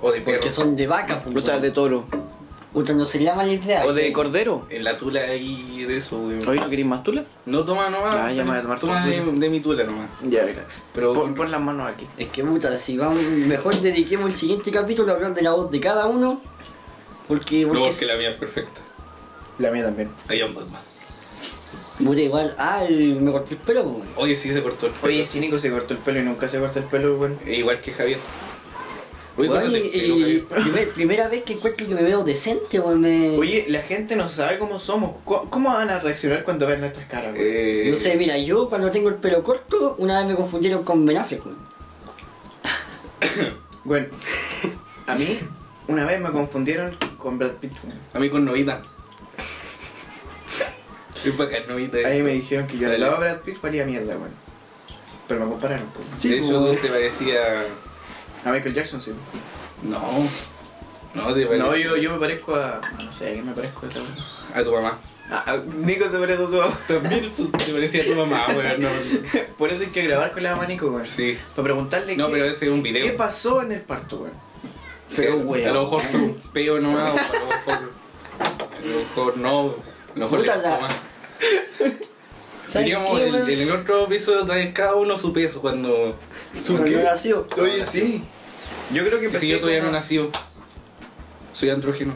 A: O de perro.
C: Porque son de vaca,
B: O
C: pues.
B: sea, de toro.
C: Puta, no sería mala idea.
B: O de
C: que-
B: cordero.
A: En la tula ahí de eso, weón.
B: ¿Hoy no queréis más tula?
A: No toma nomás.
B: Ya, ya me voy a tomar
A: toma
B: tu
A: de,
B: tula.
A: de mi tula nomás.
B: Ya verás.
A: Pero-
B: pon, pon las manos aquí.
C: Es que puta, si vamos, mejor dediquemos el siguiente capítulo a hablar de la voz de cada uno. Porque,
A: No,
C: porque
A: porque la mía es perfecta.
B: La mía también.
A: Ahí es Batman.
C: puta, igual, ah, el- me corté el pelo, pues, weón.
A: Oye, sí se cortó el pelo.
B: Oye, si Nico se cortó el pelo y nunca se corta el pelo, weón.
A: E Igual que Javier. Oye,
C: Weón,
A: córtate
C: y-
A: el pelo,
C: y
A: Javier.
C: primer- primera vez que encuentro que me veo decente, weón. me-
B: Oye, la gente no sabe cómo somos. Co- ¿Cómo van a reaccionar cuando ven nuestras caras, weón?
A: Eh,
C: No sé, mira, yo cuando tengo el pelo corto, una vez me confundieron con Ben Affleck, weón.
B: Bueno, a mí una vez me confundieron con Brad Pitt. weón.
A: A mí con Novita. Es bacán, Novita.
B: Ahí me dijeron que yo
A: Sale.
B: al lado de Brad Pitt valía mierda, weón. Pero me compararon, pues.
A: De hecho, te parecía.
B: A Michael Jackson, sí.
A: No. No, te parecía.
B: No, yo, yo me parezco a. No sé, ¿a quién me parezco a esta weón?
A: A tu mamá.
B: A- a- Nico se parece a su mamá.
A: También su- te parecía a tu mamá, weón. No,
B: Por eso hay que grabar con la mamá Nico, weón.
A: sí.
B: Para preguntarle
A: No,
B: qué,
A: pero ese es un video.
B: qué pasó en el parto, weón.
A: Pero,
C: weón.
A: A lo mejor fue un peo nomás, o a lo mejor. A lo mejor no. A lo mejor le
C: Puta
A: costó
C: la-
A: más.
C: ¿Sabes
A: Diríamos,
C: qué,
A: en
C: weón?
A: en el otro episodio trae cada uno su peso cuando.
C: Cuando
A: porque-
C: yo nací, weón.
B: Oye, sí. Yo creo
A: Si
B: que empecé
A: yo todavía no
B: como-
A: nacido, soy andrógeno.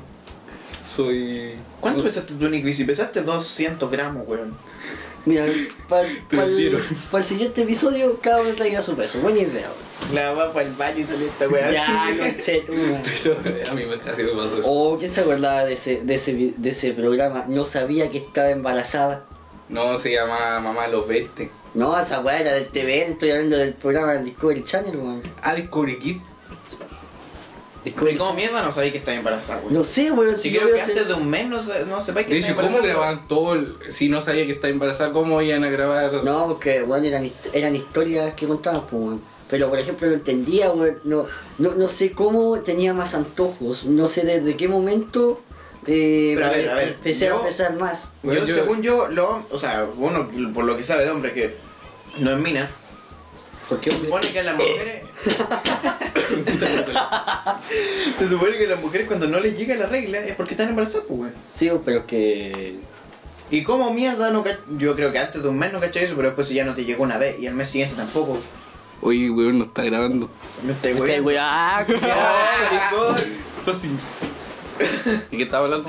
A: Soy.
B: ¿Cuánto pesaste tú, Nico? Y si pesaste 200 gramos, weón.
C: Mira, para
A: Te mentieron.
C: el siguiente episodio, cada uno traiga su peso. Buena idea, weón.
B: La va para el baño y salió esta
C: Ya, conche, tú, weón.
A: Eso, a mí me casi me pasó eso.
C: Oh, ¿quién se acordaba de ese, de ese, vi- de ese programa? No sabía que estaba embarazada.
A: No, se llama Mamá a los 20.
C: No, esa weá era del TVN, estoy hablando del programa del Discovery Channel, weón.
A: Ah, Discovery Kid.
C: Discovery
B: ¿Cómo mierda no sabéis que estáis embarazada,
C: No
B: weón?
C: sé, weón,
B: Si
C: si
B: creo
C: yo
B: que
C: veo ese-
B: antes de un mes no, se- no sepáis que
A: De hecho,
B: estáis
A: ¿cómo
B: embarazada,
A: grababan todo? el- Si no sabía que estaba embarazada, ¿cómo iban a grabar?
C: No, porque, weón, eran, hist- eran historias que contaban, pues, weón. Pero, por ejemplo, no entendía, weón, no, no, no sé cómo tenía más antojos, no sé desde qué momento eh,
B: Pero a ver, a ver,
C: empecé
B: yo-
C: a pesar más.
B: weón.
A: Bueno,
B: yo,
A: yo-
B: según yo, lo, o sea, uno por lo que sabe de hombre que no es mina,
C: Porque,
B: se supone que a las mujeres. se supone que a las mujeres cuando no les llega la regla es porque están embarazadas, pues, weón.
C: sí, pero que...
B: ¿Y cómo mierda no cach- Yo creo que antes de un mes no cachai eso, pero después ya no te llegó una vez y al mes siguiente tampoco.
A: Oye, weón, no está grabando.
B: No estáis,
C: Este,
B: weón.
C: weón, ah,
B: Ah, maricón.
A: Fácil. ¿Y qué estaba hablando?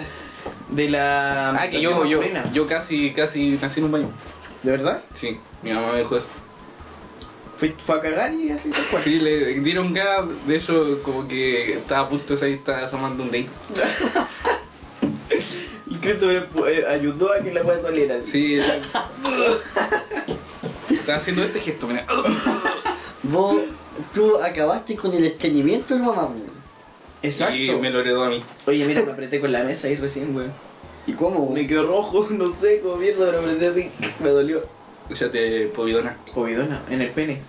B: De la.
A: Ah, que yo, yo,
B: masculina.
A: yo casi, casi nací en un baño.
B: ¿De verdad?
A: Sí, mi mamá me dejó eso.
B: Fue, fue a cagar y así tal cual.
A: Sí, le dieron ganas, de hecho, como que estaba a punto de salir, estaba asomando un date.
B: Y Christopher eh, ayudó a que la weá saliera.
A: Sí, estaba haciendo este gesto, mira.
C: Vos, tú acabaste con el estreñimiento, mamá, weón.
B: Exacto.
A: Y me lo heredó a mí.
B: Oye, mira, me apreté con la mesa ahí recién, weón.
C: ¿Y cómo, weón?
B: Me quedó rojo, no sé cómo mierda, pero apreté así. Me dolió.
A: Ya te puedo donar.
B: Covidona, en el pene.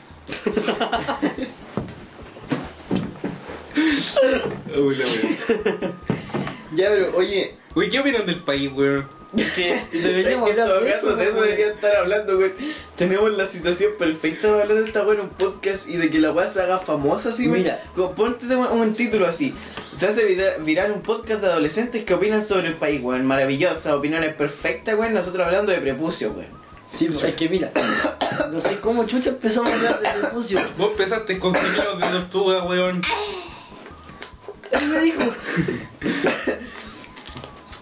B: Ya, pero oye.
A: Uy, ¿qué opinan del país, weón?
C: Deberíamos
B: en
C: hablar
B: todo
C: de
B: caso,
C: eso,
B: de eso
C: weón.
B: debería estar hablando, weón. Tenemos la situación perfecta para hablar de esta weá en un podcast y de que la weá se haga famosa así, weón.
C: Mira.
B: Como, Ponte de- un título así. Se hace vida- viral un podcast de adolescentes que opinan sobre el país, weón. Maravillosa, opiniones perfectas, weón. Nosotros hablando de prepucio, weón.
C: Sí, pues, es que mira, no sé cómo chucha empezamos a hablar de este prepucio.
A: Vos empezaste con gemidos de tortuga, weón.
C: Él me dijo.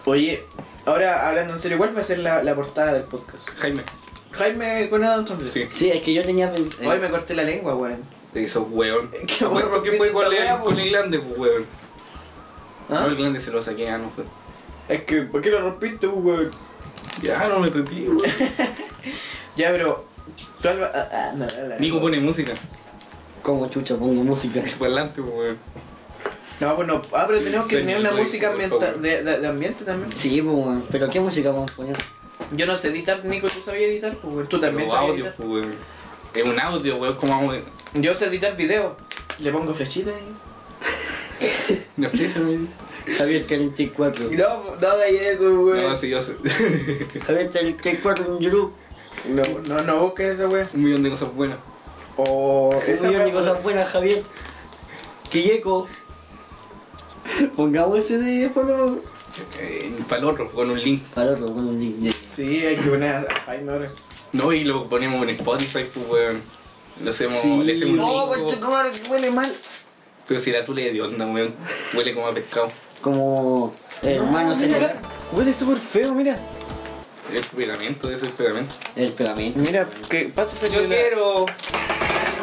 B: Oye, ahora hablando en serio, ¿cuál va a ser la, la portada del podcast?
A: Jaime.
B: Jaime con Adam Sandler.
A: Sí.
C: Sí, es que yo tenía. pen- eh,
B: Hoy me corté la lengua, weón.
A: Te hizo weón.
B: Qué
A: Weón, ¿Por qué fue con,
B: weón,
A: el,
B: weón.
A: con el glande, pues, weón?
B: ¿Ah?
A: No, el glande se lo saqué, ah, no fue.
B: Es que, ¿por qué lo rompiste, weón?
A: Ya, no me repetí, weón.
B: Ya, pero. Tú Alba- ah, ah, no, la-
A: Nico pues. pone música.
C: Como chucha pongo música.
A: Para adelante, pues, weón.
B: No, bueno, ah, pero tenemos que
A: Ven,
B: tener una
A: Nico,
B: música
A: por
B: ambienta-
A: favor.
B: de, de- de ambiente también.
C: Sí, pues, weón. Pero ¿qué música vamos a poner?
B: Yo no sé editar, Nico, tú sabías editar, pues, weón. tú también
A: Los
B: sabías
A: audios,
B: editar.
A: pues, weón. Es un audio, weón. ¿Cómo vamos a.?
B: Yo sé editar video. Le pongo flechitas y.
A: No,
C: Javier 44.
B: No, no hagáis eso,
A: no, sí, yo sé.
C: Javier 44 en YouTube.
B: No, no, no busques eso, güey.
A: un millón de cosas buenas.
B: O.
C: Es
B: esa
C: mi
B: wea-
C: única cosa buena, Javier. Quilleco. Pongamos ese de follow.
A: Eh, para el otro, con un link.
C: Para otro, con un link de-
B: Sí, hay que poner a Jaime ahora.
A: No, y lo ponemos en Spotify, pues, weón. Lo hacemos,
C: Sí.
A: le hacemos un
B: No,
A: link,
B: concha,
A: weón.
B: madre, que huele mal.
A: Pero si la tú le de onda, weón. Huele como a pescado.
C: Como hermano celular.
B: Huele súper feo, mira.
A: Es pegamento, eso es pegamento.
C: El pegamento.
B: Mira, que pasa el celular.
A: quiero.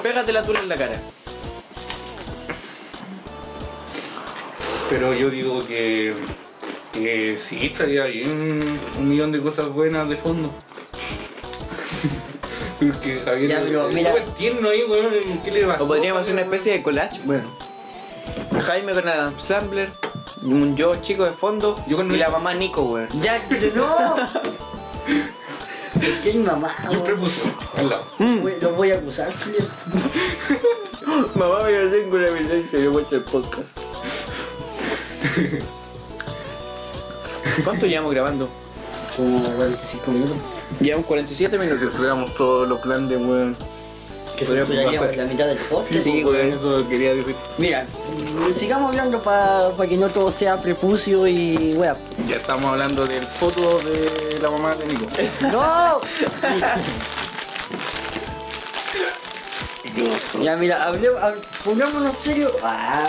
B: Pégate la tula en la cara.
A: Pero yo digo que. que sí, estaría bien un millón de cosas buenas de fondo. Porque Javier
C: Ya, pero
A: es
C: mira.
A: súper tierno ahí, weón. ¿Qué le va?
B: O podríamos hacer una especie de collage. Bueno, Jaime con el sampler, un yo chico de fondo
A: Yo con
B: y
A: mi-
B: la mamá Nico, weón.
C: ¡Ya! que ¡No! ¡Qué mamá!
A: Yo prepuso, al lado.
C: Voy- Los voy a acusar, Javier.
B: Mamá, yo tengo una evidencia, yo muestro el podcast. ¿Cuánto llevamos grabando?
C: Como 45 minutos.
B: Llevamos 47 minutos.
A: Cerramos todos los planes de weón.
C: Que se
A: Podríamos
C: sellaríamos
A: pasar.
C: la mitad del podcast.
A: Sí,
B: Sí,
A: pues, weón, eso quería decir.
C: Mira, sigamos hablando para que no todo sea prepucio y wea.
A: Ya estamos hablando del foto de la mamá de Nico.
C: ¡No! ya, mira, hable, hab- pongámonos serio. Ah,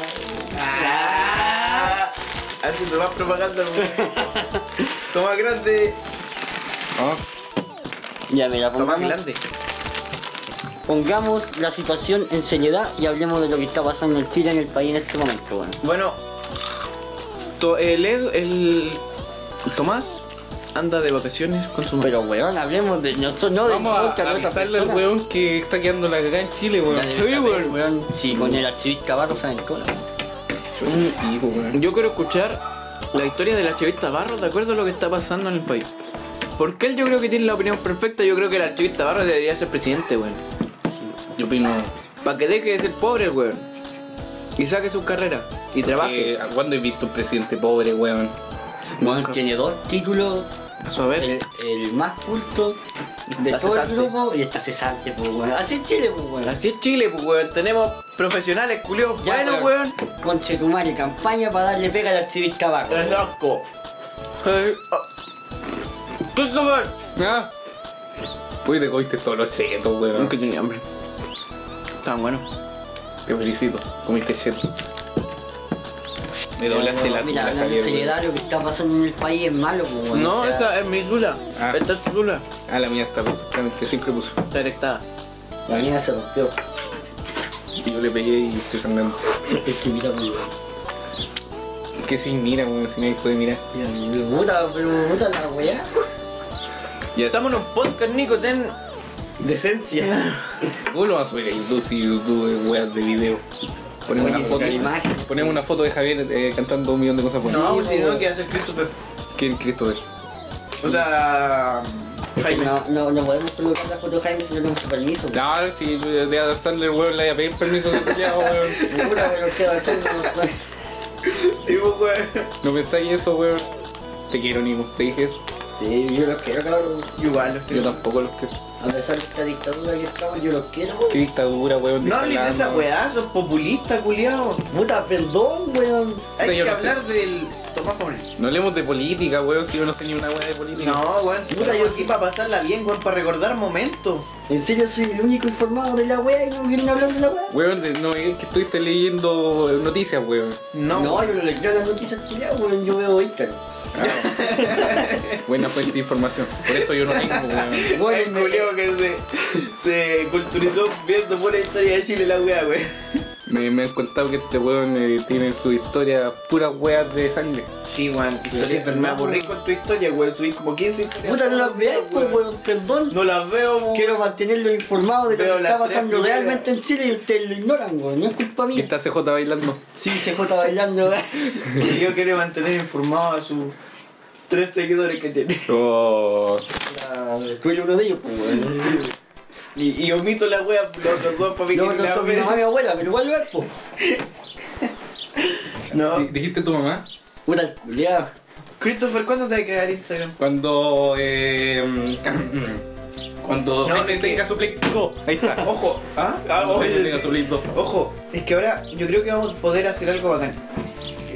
B: Ah, haciendo más propaganda, weón. Toma grande.
A: Ah,
C: ya, mira,
B: Toma
C: pongamos,
B: grande.
C: pongamos la situación en seriedad y hablemos de lo que está pasando en Chile, en el país en este momento. Bueno.
B: Bueno, to- el, Edu- el Tomás anda de vacaciones con su madre.
C: Pero, weón, hablemos de nosotros, no
A: Vamos
C: de
A: a
C: podcast de otra
A: avisarle al
C: persona.
A: weón que está quedando la cagada en Chile,
C: Ya
A: weón.
C: debes
A: Sí,
C: saber,
A: weón.
C: weón, Sí, con el archivista Barro saben cola.
B: Yo quiero escuchar la historia del archivista Barros de acuerdo a lo que está pasando en el país. Porque él yo creo que tiene la opinión perfecta, yo creo que el archivista Barros debería ser presidente, weón.
A: Yo opino
B: Para que deje de ser pobre, weón. Y saque su carrera. Y trabaje.
A: que, ¿a ¿Cuándo he visto un presidente pobre, weón?
C: Weón, tiene dos títulos
B: Paso a ver.
C: el, el más culto de
B: Está
C: todo
B: cesante.
C: el grupo y está cesante, pues weón. Así es Chile, pues weón.
B: Así es Chile, pues, weón. Tenemos profesionales, culios
C: Ya,
B: buenos,
C: weón.
B: weón.
C: Conchetumare, campaña para darle pega al activista vaca.
B: Es asco.
A: Ah. Pues te comiste todos los chetos, weón.
B: Nunca tenía hambre. Estaban buenos.
A: Te felicito, comiste chetos. Me doblaste la
C: Mira, mira,
A: la
C: hablando
A: Javier,
C: en seriedad, lo que está pasando en el país es malo, pues weón.
B: No,
C: o sea,
B: esta es mi tula.
A: Ah.
B: Esta es tu tula.
A: weón. Ah, la mía está perfectamente, siempre puso.
B: Está erectada.
C: La mía se rompió.
A: Y yo le pegué y estoy sangrando.
C: es que mira, pues weón.
A: Que sin mira, weón, si nadie puede mirar.
C: Mira, mi puta, pero mi puta la weá.
A: Ya
B: Estamos en un podcast, Nico. Ten.
C: Decencia.
A: Vos lo vas a subir a YouTube si YouTube es weas de video. Ponemos
C: Oye,
A: una foto.
C: la imagen.
A: Ponemos una foto de Javier eh, cantando un millón de cosas buenas.
B: No, pues,
C: Sí,
B: si no,
C: weón.
B: que hacer Christopher.
A: ¿Quién crees tú?
B: O sea. Jaime.
C: No, no, no podemos colocar la foto de Jaime si no tenemos su permiso. weón.
A: No, si de adaptarle el weón le voy a pedir permiso de culiao, weón.
C: Mi puta, pero qué razón, no, no.
B: Sí, pues, weón.
A: No pensáis eso, weón. Te quiero, Nico. Te dije eso.
C: Sí, yo los quiero, cabrón.
B: Igual, los
A: Yo
B: quiero.
A: tampoco los quiero.
C: A pesar de esta dictadura que estamos, yo los quiero, weón.
A: Qué dictadura, weón.
B: No hables de esa weá, sos populista, culiao.
C: Puta, perdón, weón.
B: Hay
A: Sí, yo
B: que
A: lo sé.
B: hablar del. Tomás Paulino.
A: No hablemos de política, weón, si yo no sé ni una weá de política.
B: No, weón.
C: Puta,
B: Puta,
C: yo
B: yo sí para pasarla bien, weón, para recordar momentos.
C: En serio, soy el único informado de la wea y no vienen hablando de la wea.
A: Weón, de- no es que estuviste leyendo noticias, weón.
B: No.
C: yo no le creo las noticias culiadas, weón. Yo veo Instagram.
A: Buena fuente de información. Por eso yo no tengo, weón.
C: Bueno,
B: El culiao que se, se culturizó viendo pura historia de Chile la weá, weón.
A: Me, me han contado que este weón eh, tiene en su historia puras weas de sangre.
B: Sí, weón.
C: Pero sí es verdad,
B: me aburrí
C: weón.
B: con tu historia, weón. Subí como 15 historias.
C: Puta, no las veáis, pues, weón, perdón.
B: No las veo, weón.
C: Quiero mantenerlo informado de lo
B: Veo
C: que
B: las
C: está
B: tres
C: pasando
B: primeras.
C: realmente en Chile y ustedes lo ignoran, weón. No es culpa
A: Y
C: mía.
A: está CJ bailando.
C: Sí, CJ bailando, weón.
B: Yo quiero mantener informado a sus tres seguidores que tiene.
A: Oh,
C: Ah, Tú eres uno de ellos, pues, weón.
B: Y, y omito la wea, los otros dos para mí
C: No,
B: que
C: no
B: la
C: son mi
B: ven.
C: mamá y mi abuela, pero igual lo es, pues.
A: Di-
B: No.
A: Oh. ¿Dijiste tu mamá?
C: Puta, el culiao.
B: Christopher, ¿cuándo te vas a crear Instagram?
A: Cuando. Eh, cuando
B: No,
A: Jaime
B: es que-
A: tenga su Play 2. Ahí está.
B: Ojo, ¿ah? Ah,
A: Cuando
B: oye,
A: Jaime tenga su Play 2.
B: Ojo, es que ahora yo creo que vamos a poder hacer algo bacán.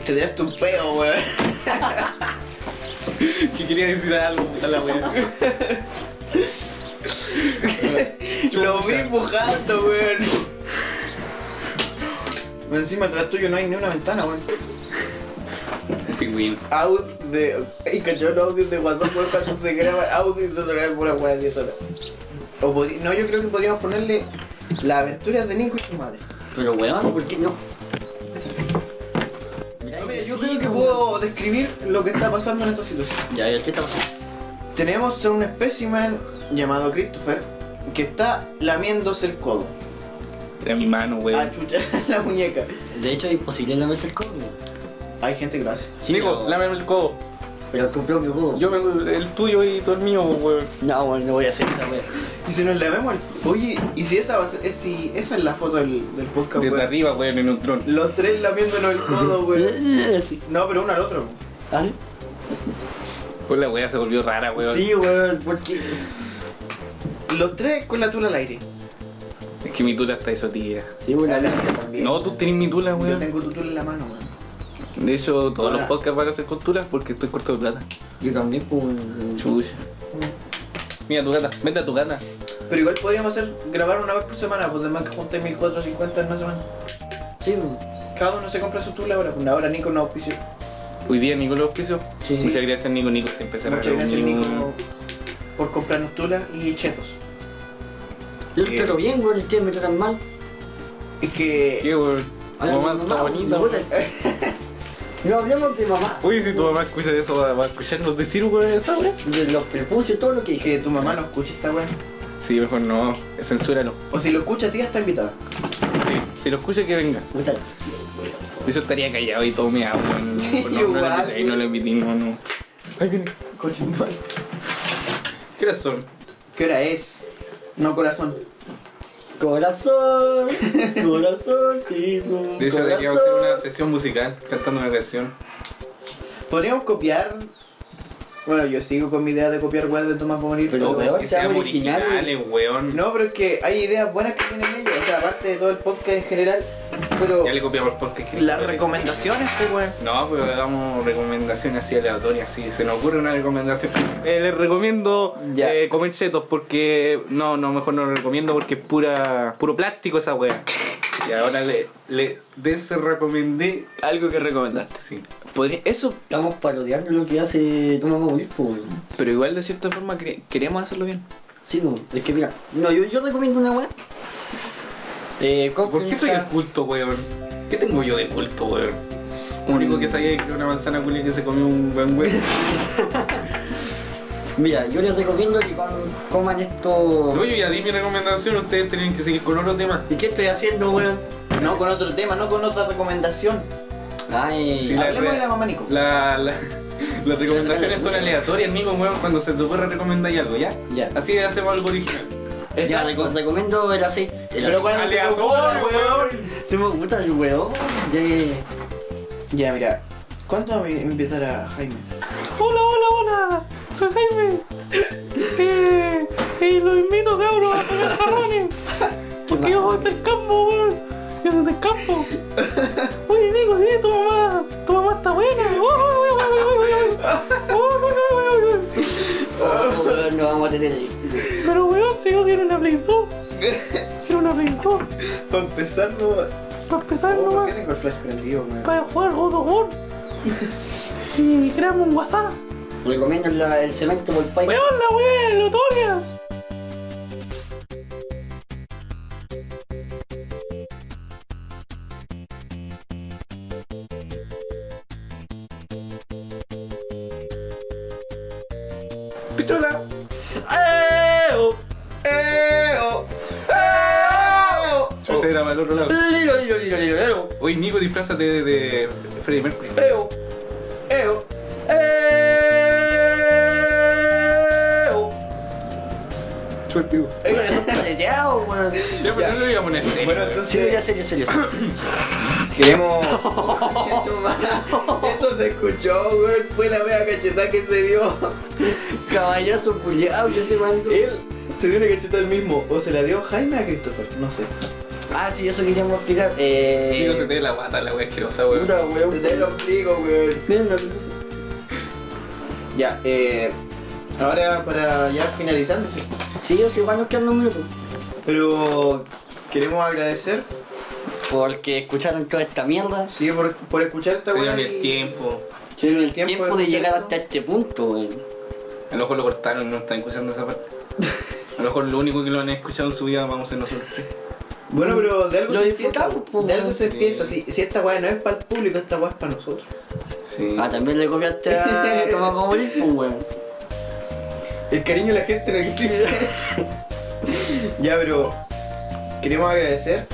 B: Te tiraste un peo, weón.
A: Que quería decir algo, puta la wea.
B: Lo vi empujando, weón. Encima atrás tuyo no hay ni una ventana, weón.
A: Pingüino.
B: Audio de. Ay, cachó los audios de WhatsApp weón, cuando se graba audio y se graba pura weón de sola. O podri- No, yo creo que podríamos ponerle las aventuras de Nico y su madre.
C: Pero, weón, ¿por qué no? Mirá,
B: No,
C: ahí
B: mira, yo
C: sí, pues,
B: creo que
A: pues,
C: weón.
B: puedo describir lo que está pasando en esta situación.
C: Ya, ya, ¿qué está pasando?
B: Tenemos a un espécimen llamado Christopher que está lamiéndose el codo.
A: Era mi mano,
B: Ah,
A: weón.
B: chucha, la muñeca.
C: De hecho, es imposible no verse el codo. weón.
B: Hay gente que lo hace.
C: Sí,
A: Nico,
C: pero-
A: lámeme el codo.
C: Pero tu propio codo.
A: Yo me, el tuyo y tú el mío, weón.
C: No, weón, no voy a hacer esa, weón.
B: Y si nos lavemos el. Oye, y si esa va a ser- es, si esa es la foto del, del podcast,
A: Desde
B: weón.
A: arriba, weón, en un dron.
B: Los tres lamiéndonos el codo, weón.
C: Sí.
B: No, pero uno al otro.
C: ¿Ah?
A: Pues la wea se volvió rara, weón.
C: Sí, weón, porque.
B: Los tres con la tula al aire.
A: Es que mi tula está isotía.
C: Sí, weón,
B: Ah,
C: la
B: no,
C: gracia
B: sí,
C: también.
A: No, tú tenés mi tula,
B: Yo
A: Ah, weón.
B: tengo tu tula en la mano, weón.
A: De hecho, todos los
B: Hola.
A: podcasts van a hacer con tulas porque estoy corto de plata.
C: Yo también, pues. weón.
A: Chucha. Mira tu gata, vete a tu gata.
B: Pero igual podríamos hacer grabar una vez por semana, pues además que junté 1450 en una semana.
C: Sí, weón.
B: Cada uno se compra su tula ahora. pues Ahora Nico no auspicio.
A: Hoy día Nico lo auspició.
C: Sí.
A: Muchas gracias Nico, Nico siempre se
B: Muchas gracias, Nico, por comprarnos tula y chetos.
C: Yo los trato bien, weón, ustedes me tratan mal.
B: Es que.
A: Qué weón. Tu
C: Ay, mi
A: mamá está
C: mamá,
A: bonita.
C: puta.
A: weón.
C: No hablemos de mamá.
A: Oye, si tu mamá escucha eso, va va a escucharnos decir weón esa weón.
C: De los prepucios, todo lo que dije.
B: Que tu mamá no escucha esta weón.
A: Sí, mejor no, censúralo.
B: O si lo escucha, tía, está invitada.
A: Sí, si lo escucha que venga.
C: Puta,
A: Yo estaría callado y todo me habla. No,
B: Sí,
A: no, no,
B: igual,
A: la metí, ahí no le metí, no, no. Ay, viene.
B: Coche tu madre.
A: ¿Qué horas son?
B: ¿Qué hora es? No, corazón.
C: Corazón, corazón, chico.
A: De hecho, deberíamos hacer una
C: corazón.
A: sesión musical cantando una canción.
B: Podríamos copiar. Bueno, yo sigo con mi idea de copiar weas de Tomás Bonito.
C: Pero, weón,
A: Que
C: sean
A: sean originales,
C: originales.
A: weón.
B: No, pero es que hay ideas buenas que tienen ellos, o sea, aparte de todo el podcast en general, pero
A: Ya le copiamos porque... ¿qué
B: las
A: le parece?
B: recomendaciones, pues, weón.
A: No, pero hagamos recomendaciones así aleatorias, si se nos ocurre una recomendación. Eh, les recomiendo
B: Ya.
A: eh, comer chetos porque. No, no, mejor no lo recomiendo porque es pura, puro plástico esa wea. Y ahora le, le desrecomendé.
B: Algo que recomendaste.
A: Sí.
B: Podría- Eso,
C: Estamos parodiando lo que hace Tomás Mobil, pues, weón.
B: pero igual de cierta forma cre- queremos hacerlo bien.
C: Sí, no, es que mira, no, yo, yo recomiendo una weá. Eh,
A: ¿Por qué soy el culto, weón? ¿Qué tengo yo de culto, weón? Lo único que sabía es que era una manzana culia que se comió un buen weón.
C: Mira, yo les recomiendo que com- coman esto.
A: No, yo ya di mi recomendación, ustedes tienen que seguir con otro tema.
C: ¿Y qué estoy haciendo, weón?
B: No con otro tema, no con otra recomendación.
C: Ay,
A: Sí,
B: Hablemos
A: re-
B: de la mamá Nico.
A: la- la- las recomendaciones son
C: escucha.
A: aleatorias, Nico, weón, cuando se te ocurre recomendáis algo, ¿ya?
C: Ya.
A: Así hacemos algo original.
C: ya
B: Exacto.
C: reco- recomiendo el aceite. El
B: Pero cuando se te
A: Aleatorio,
B: ocurra,
A: weón.
B: weón.
C: Se me gusta el weón. Ya, ya, ya.
B: Ya, mira. ¿Cuándo va a empezar a Jaime?
A: Hola, hola, hola, soy Jaime. Eh, eh, los invito, cabros, a comer jarrones. Porque yo soy del campo, weón. Yo soy del campo. Oye, Nico, sí, tu mamá, tu mamá está buena. Oh, Uy, uy, uy, uy, uy, oh. uy. Uy, uy, uy, uy, uy.
C: Oh, weón, no vamos a tener éxito.
A: Pero, weón, si yo quiero una Play 2. Quiero una Play 2.
B: Para empezar, no. Oh,
A: Para empezar
B: ¿Por
A: nomás,
B: qué tengo el flash prendido, weón?
A: para jugar God of War. Y creamos un WhatsApp.
C: Recomiendo la- el cemento por país.
A: ¡Weón, la weá de Lotonia!
B: pistola. ¡Eo! ¡Eo! ¡Eo!
A: Yo usted era para el otro lado.
B: Lilo, lilo, lilo, lilo, eo.
A: Oye, Nico, disfrázate de, de Freddie Mercury.
B: ¡Eo! ¡Eo! ¡Eo!
A: Chupa el pico.
C: Oigan, son paleteados, weón.
A: Ya, pero no lo íbamos a poner.
B: Bueno,
C: Sí, ya
B: entonces
C: serio, serio.
B: queremos...
C: Esto se escuchó, weón. Fue la mega cachetada que se dio. Caballazo culiado que se mandó.
B: Él se dio una cacheta él mismo, o se la dio Jaime a Christopher, no sé.
C: Ah, sí, eso queríamos explicar.
A: Nico se
C: Eh.
A: te ve la guata, la wea asquerosa, weón.
C: Puta, weón.
B: digo, weón.
C: Miren la pelusa.
B: Ya, eh. Ahora para ya finalizando, sí.
C: Sí, o sea, igual nos quedan un minuto.
B: Pero queremos agradecer
C: Porque escucharon toda esta mierda.
B: sí, por, por escuchar esta
A: Se
B: weá
A: dieron
B: y-
A: el tiempo.
B: se dieron el tiempo,
C: Tiempo, de llegar hasta
B: escuchar esto.
C: este punto, weón.
A: A lo mejor lo cortaron, no están escuchando esa parte. A lo mejor lo único que lo han escuchado en su vida vamos a ser nosotros tres.
B: Bueno, pero de algo
C: Lo
B: se empieza.
C: disfrutamos, po,
B: De algo
C: weón.
B: se empieza. Si, si esta weá no es para el público, esta weá es para nosotros.
A: Sí.
C: Ah, también le copiaste a Tomás Paulín, pues, weón.
B: El cariño de la gente no existe. ya, pero queremos agradecer.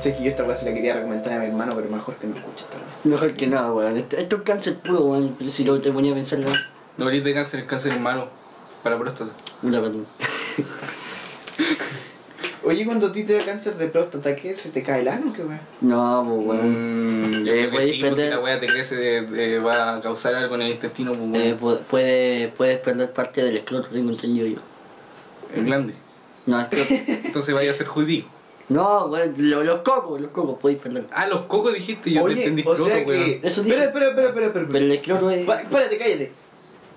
B: Sé que yo esta weá se la quería recomendar a mi hermano, pero mejor que no escuche esta weá.
C: Mejor que nada, weón. Esto, esto Este, es cáncer puro, weón. Pero Si lo te ponía a pensarlo.
A: No morir de cáncer, el cáncer es malo. Para la próstata.
C: Puta, perdón.
B: Oye, cuando a ti te da cáncer de próstata, ¿qué? ¿Se te cae el ano? ¿Qué weá?
C: No, pues, weón.
A: Mm,
C: Eh,
A: yo creo que
C: podéis
A: sí, pues,
C: perder-
A: si la wea te crece, eh, va a causar algo en el intestino, pues,
C: Eh,
A: weón.
C: pu- puede, puedes perder parte del escroto, tengo entendido yo.
A: el glande.
C: No, escroto.
A: Entonces vaya a ser judío.
C: no, weón. lo- los cocos, los cocos, podéis perder.
A: Ah, los cocos dijiste, yo te entendí
B: o sea
A: croto, weón.
B: que...
C: Eso
B: espera,
C: dije.
B: espera, espera, espera, espera.
C: Pero el escroto es.
B: Pa- espérate, cállate.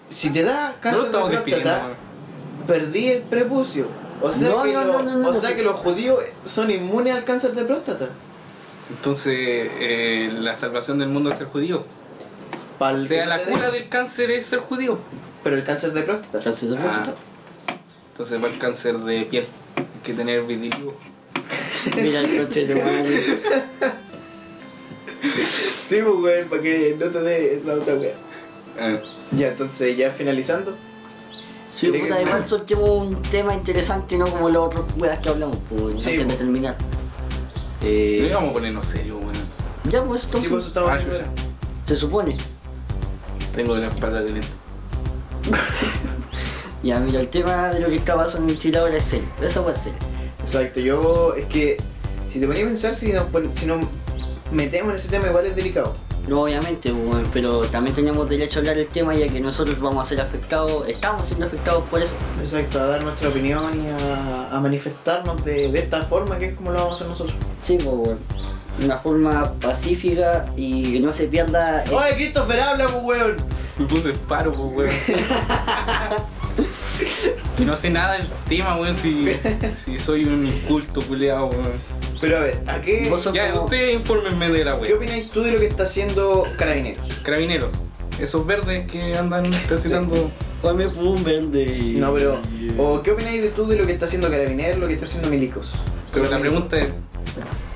B: Si te da
A: No lo
B: cáncer
A: estamos
B: de
A: despidiendo,
B: próstata, perdí el prepucio. O sea,
C: No,
B: que,
C: no,
B: lo-
C: no, no,
B: o
C: no,
B: sea
C: no.
B: que los judíos son inmunes al cáncer de próstata.
A: weón. Entonces, eh, la salvación del mundo es ser judío. O
B: Pa'l
A: sea,
B: que
A: la
B: te dé.
A: cura del cáncer es ser judío.
B: Pero el cáncer de próstata.
C: Cáncer de
A: Ah,
C: próstata.
A: entonces va el cáncer de piel. Hay que tener vidrio.
C: Mira el coche de madre.
B: Sí, pues, weón, para que no te dé esa otra weá.
A: Eh,
B: Ya, entonces, ya finalizando.
C: Sí,
B: pues,
C: puta, igual sorteamos un tema interesante, no como los otros weas que hablamos, pues,
B: Sí,
C: antes de
B: pues.
C: terminar.
A: no
C: Eh,
A: íbamos a ponernos serio, weón.
C: ya, pues,
B: Sí, pues
C: entonces,
B: estamos
A: Ah,
B: haciendo-
A: chucha.
C: se supone.
A: Tengo la espalda caliente.
C: Ya, mira, el tema de lo que está pasando en Chile ahora es serio. Esa va a ser.
B: Exacto, yo es que si te ponía a pensar, si nos, pon- si nos metemos en ese tema, igual es delicado.
C: No, obviamente, pues, bueno, pero también tenemos derecho a hablar el tema ya que nosotros vamos a ser afectados, estamos siendo afectados por eso.
B: Exacto, a dar nuestra opinión y a, a manifestarnos de, de esta forma, que es como lo vamos a hacer nosotros.
C: Sí, pues, bueno, de una forma pacífica y que no se pierda... eh, el-
B: ¡Oye, Christopher, habla, pues, weón!
A: Me puse paro, pues, weón. Que no sé nada del tema, weón, si, si soy un inculto, culeado, weón.
B: Pero a ver, ¿a qué,
C: Vos sos
A: Ya,
C: como-
A: ustedes infórmenme de la
B: qué
A: weón.
B: opináis tú de lo que está haciendo Carabineros?
A: Carabineros, esos verdes que andan transitando.
C: Hoy me fumé un verde.
B: No, pero... ¿O qué opináis de tú de lo que está haciendo Carabineros, lo que está haciendo Milicos?
A: Pero la pregunta es: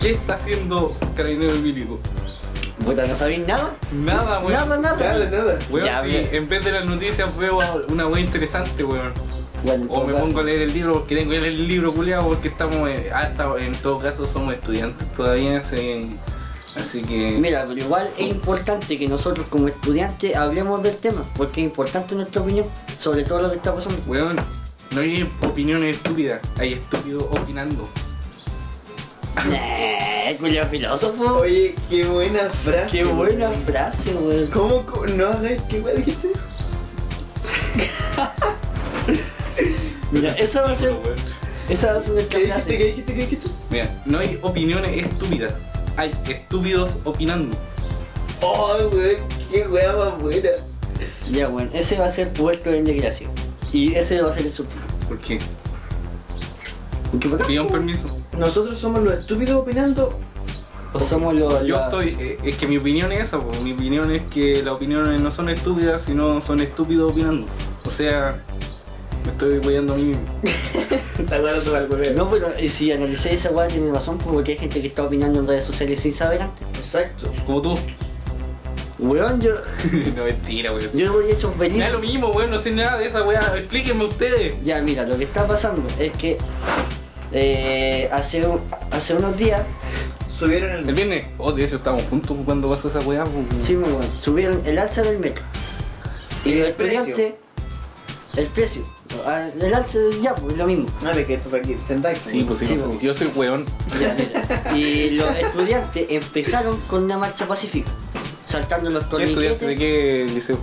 A: ¿qué está haciendo Carabineros Bíblico?
C: Puta, ¿no sabéis nada?
A: Nada, weón.
C: Nada,
B: Nada,
C: nada.
B: nada.
A: Weón,
C: Ya,
A: si
C: bien.
A: en vez de las noticias veo una weón interesante, weón.
C: Bueno, en
A: O
C: todo
A: me
C: caso.
A: pongo a leer el libro porque tengo que leer el libro culiado porque estamos eh, hasta en todo caso somos estudiantes todavía así, así que
C: Mira, pero igual es importante que nosotros como estudiantes hablemos del tema, porque es importante nuestra opinión sobre todo lo que está pasando.
A: weón no hay opiniones estúpidas, hay estúpidos opinando.
C: Nah, ¡Eh, culiao filósofo.
B: Oye, qué buena frase.
C: Qué buena
B: weón.
C: frase, weón.
B: ¿Cómo? co- ¿No hagáis qué weón dijiste?
C: Mira, esa va a ser,
A: Weón.
C: esa va a ser
B: ¿Qué dijiste?
C: nuestra
B: ¿Qué
C: frase.
B: dijiste? ¿Qué dijiste?
A: Mira, no hay opiniones estúpidas, hay estúpidos opinando.
B: ¡Oh, weón! ¡Qué weá más buena!
C: Ya, weón, ese va a ser puerto en desgracia. Y ese va a ser el subtítulo.
A: ¿Por qué?
C: Porque por acá,
A: Pidan
C: weón,
A: permiso.
B: Nosotros somos los estúpidos opinando.
C: somos los...
A: Yo
C: la-
A: estoy, eh, es que mi opinión es esa, po. mi opinión es que las opiniones no son estúpidas, sino son estúpidos opinando. O sea, me estoy guiando a mí mismo.
B: ¿Te acuerdas de algo, weón?
C: No, pero eh, si analicé esa weá tiene razón, porque hay gente que está opinando en redes sociales sin saber antes.
B: Exacto.
A: Como tú.
C: Weón, yo,
A: no, mentira, weón.
C: yo lo he hecho
A: Me
C: venir.
A: da lo mismo, weón, no sé nada de esa weá. Explíquenme ustedes.
C: Ya, mira, lo que está pasando es que eh, hace, un- hace unos días
B: Subieron
A: El viernes, oh, de hecho estábamos juntos cuando pasó esa weá. pues.
C: sí, bueno, subieron el alza del metro. Y
B: El
C: los
B: precio.
C: estudiantes, el precio, ah, el alza, ya, pues lo mismo.
B: No, me quedé para que entendáis.
A: Sí, pues sí,
C: Sí,
A: no sé,
C: pues.
A: yo soy weón.
C: Ya, mira. Y los estudiantes empezaron con una marcha pacífica, saltando los
A: ¿Qué
C: torniquetes.
A: estudiaste de qué liceo?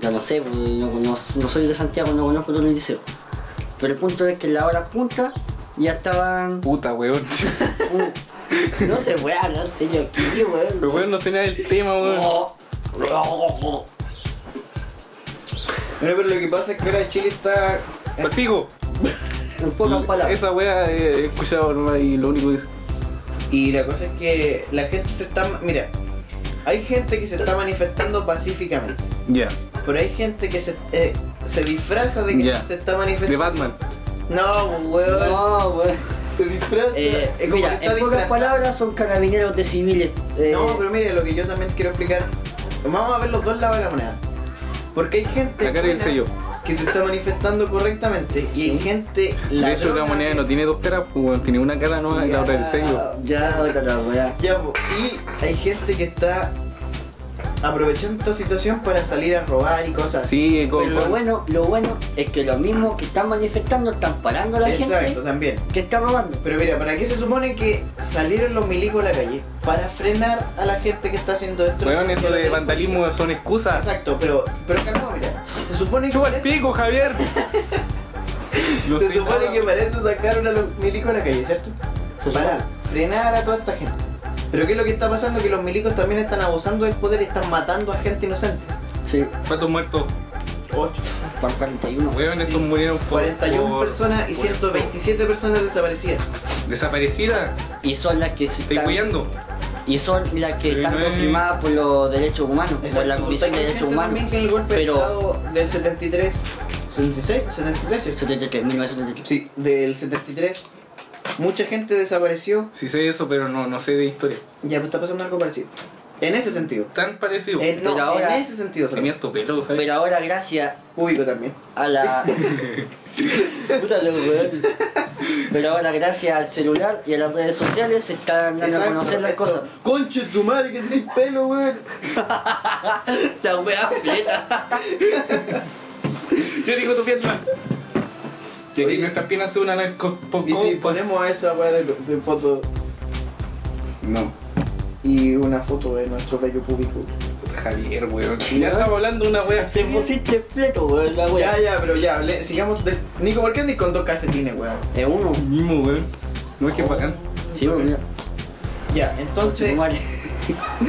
C: Ya no sé, pues, no, no- no soy de Santiago, no conozco los liceos. Pero el punto es que en la hora punta ya estaban.
A: Puta, weón.
C: Uh, no se voy a hablar serio aquí, weón.
A: Pero weón, no sé nada del tema,
C: Eh,
A: weón.
B: Bueno, pero lo que pasa es que ahora Chile está.
A: Perfigo.
C: En pocas palabras.
A: Esa weá eh, he escuchado nomás y lo único que es.
B: Y la cosa es que la gente se está. Mira, hay gente que se está manifestando pacíficamente.
A: Ya.
B: Pero hay gente que se, eh, se disfraza de que
A: Ya.
B: se está
A: De
B: manifestando.
A: Batman.
B: No, pues, weón.
C: No, weón.
B: Se disfraza.
C: Eh,
B: es como que
C: mira,
B: está
C: en pocas
B: disfrazado.
C: palabras son carabineros de civiles. eh,
B: No, pero mire, lo que yo también quiero explicar. Vamos a ver los dos lados de la moneda. Porque hay gente
A: La cara y el
B: buena
A: sello.
B: que se está manifestando correctamente y hay
C: Sí.
B: gente
A: De hecho, la
B: ladrona
A: moneda no
B: que-
A: tiene dos caras, pues weón. Tiene una cara nomás y la otra del sello.
C: Ya, otra la weá.
B: Ya, po. y hay gente que está aprovechando esta situación para salir a robar y cosas así.
A: Sí,
C: Pero
A: con.
C: lo
A: con-
C: bueno, lo bueno es que los mismos que están manifestando están parando a la
B: Exacto,
C: gente
B: también.
C: que está robando.
B: Pero mira, ¿para qué se supone que salieron los milicos a la calle? Para frenar a la gente que está haciendo esto.
A: Weón, eso de vandalismo son excusas.
B: Exacto, pero, pero calma, mira. Se supone que,
A: ¡Chupa
B: para
A: el
B: eso-
A: pico, Javier! Lo
B: se
A: sé
B: supone
A: nada.
B: que para eso sacaron a los milicos a la calle, ¿cierto?
C: Se
B: Para
C: supone.
B: frenar a toda esta gente. Pero ¿qué es lo que está pasando? Que los milicos también están abusando del poder y están matando a gente inocente.
C: Sí,
A: ¿Cuántos muertos?
B: 8,
C: por 41.
A: Weón, esos murieron por.
B: 41
A: por-
B: personas y
A: por-
B: 127 personas desaparecidas.
A: Desaparecida.
C: Y son las que se
A: Estoy
C: están-
A: cuidando.
C: y son las que
A: Sí,
C: están
A: no es-
C: confirmadas por los derechos humanos, por
B: Exacto,
C: la Comisión de
B: está
C: Derechos
B: consciente
C: Humanos.
B: también que el golpe de
C: Pero
B: Estado del 73, 76, 73, ¿cierto?
C: 73, 1973.
B: Sí, del 73. Mucha gente desapareció.
A: Sí sé eso, pero no, no sé de historia.
B: Ya pues, está pasando algo parecido. En ese sentido.
A: Tan parecido.
B: En, no,
C: Pero ahora-
B: en ese sentido. solo.
A: Tenía harto pelo, Javier.
C: Pero ahora gracias
B: Cúbico también.
C: a la. Puta los weones. Pero ahora gracias al celular y a las redes sociales se están dando a
B: Exacto,
C: conocer las
B: esto-
C: cosas.
B: Conche tu madre que tenés pelo, weón.
C: La wea fleta.
A: Yo digo tu pierna. Y aquí
B: Oye.
A: nuestras piernas son una narco.
B: Y si ponemos a esa weá de, de foto
A: No.
B: y una foto de nuestro bello público.
A: Javier, weón. Ya estamos hablando de una wea
C: Te
A: así.
C: pusiste fleto, weón, la
B: Ya,
C: wea.
B: ya, pero ya, hable- sigamos. de- Nico, ¿por qué andas con dos calcetines, weón?
C: Es uno.
A: Mismo, weón. No es
B: Oh.
A: que es bacán.
C: Sí, weón, mira.
B: Ya, entonces.
C: Su madre.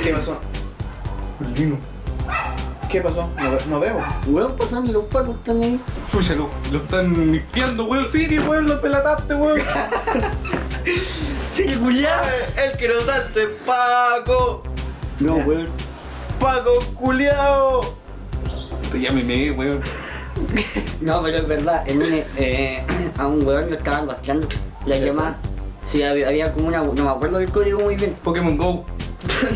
B: ¿Qué pasó?
A: El vino.
B: ¿Qué pasó? No, ve- no veo.
C: Weón, pasando los pacos están ahí.
A: Pucha, lo, lo están espiando, weón. Siri, weón, lo pelataste, weón.
C: Sí, culiado.
B: El que nos este daste, Paco.
C: No, weón.
B: Paco culiao.
A: Te ya me meé, weón.
C: No, pero es verdad, el lunes eh, a un weón lo estaban rastreando las llamadas. Sí, había, había como una. No me acuerdo del código muy bien.
A: Pokémon Go.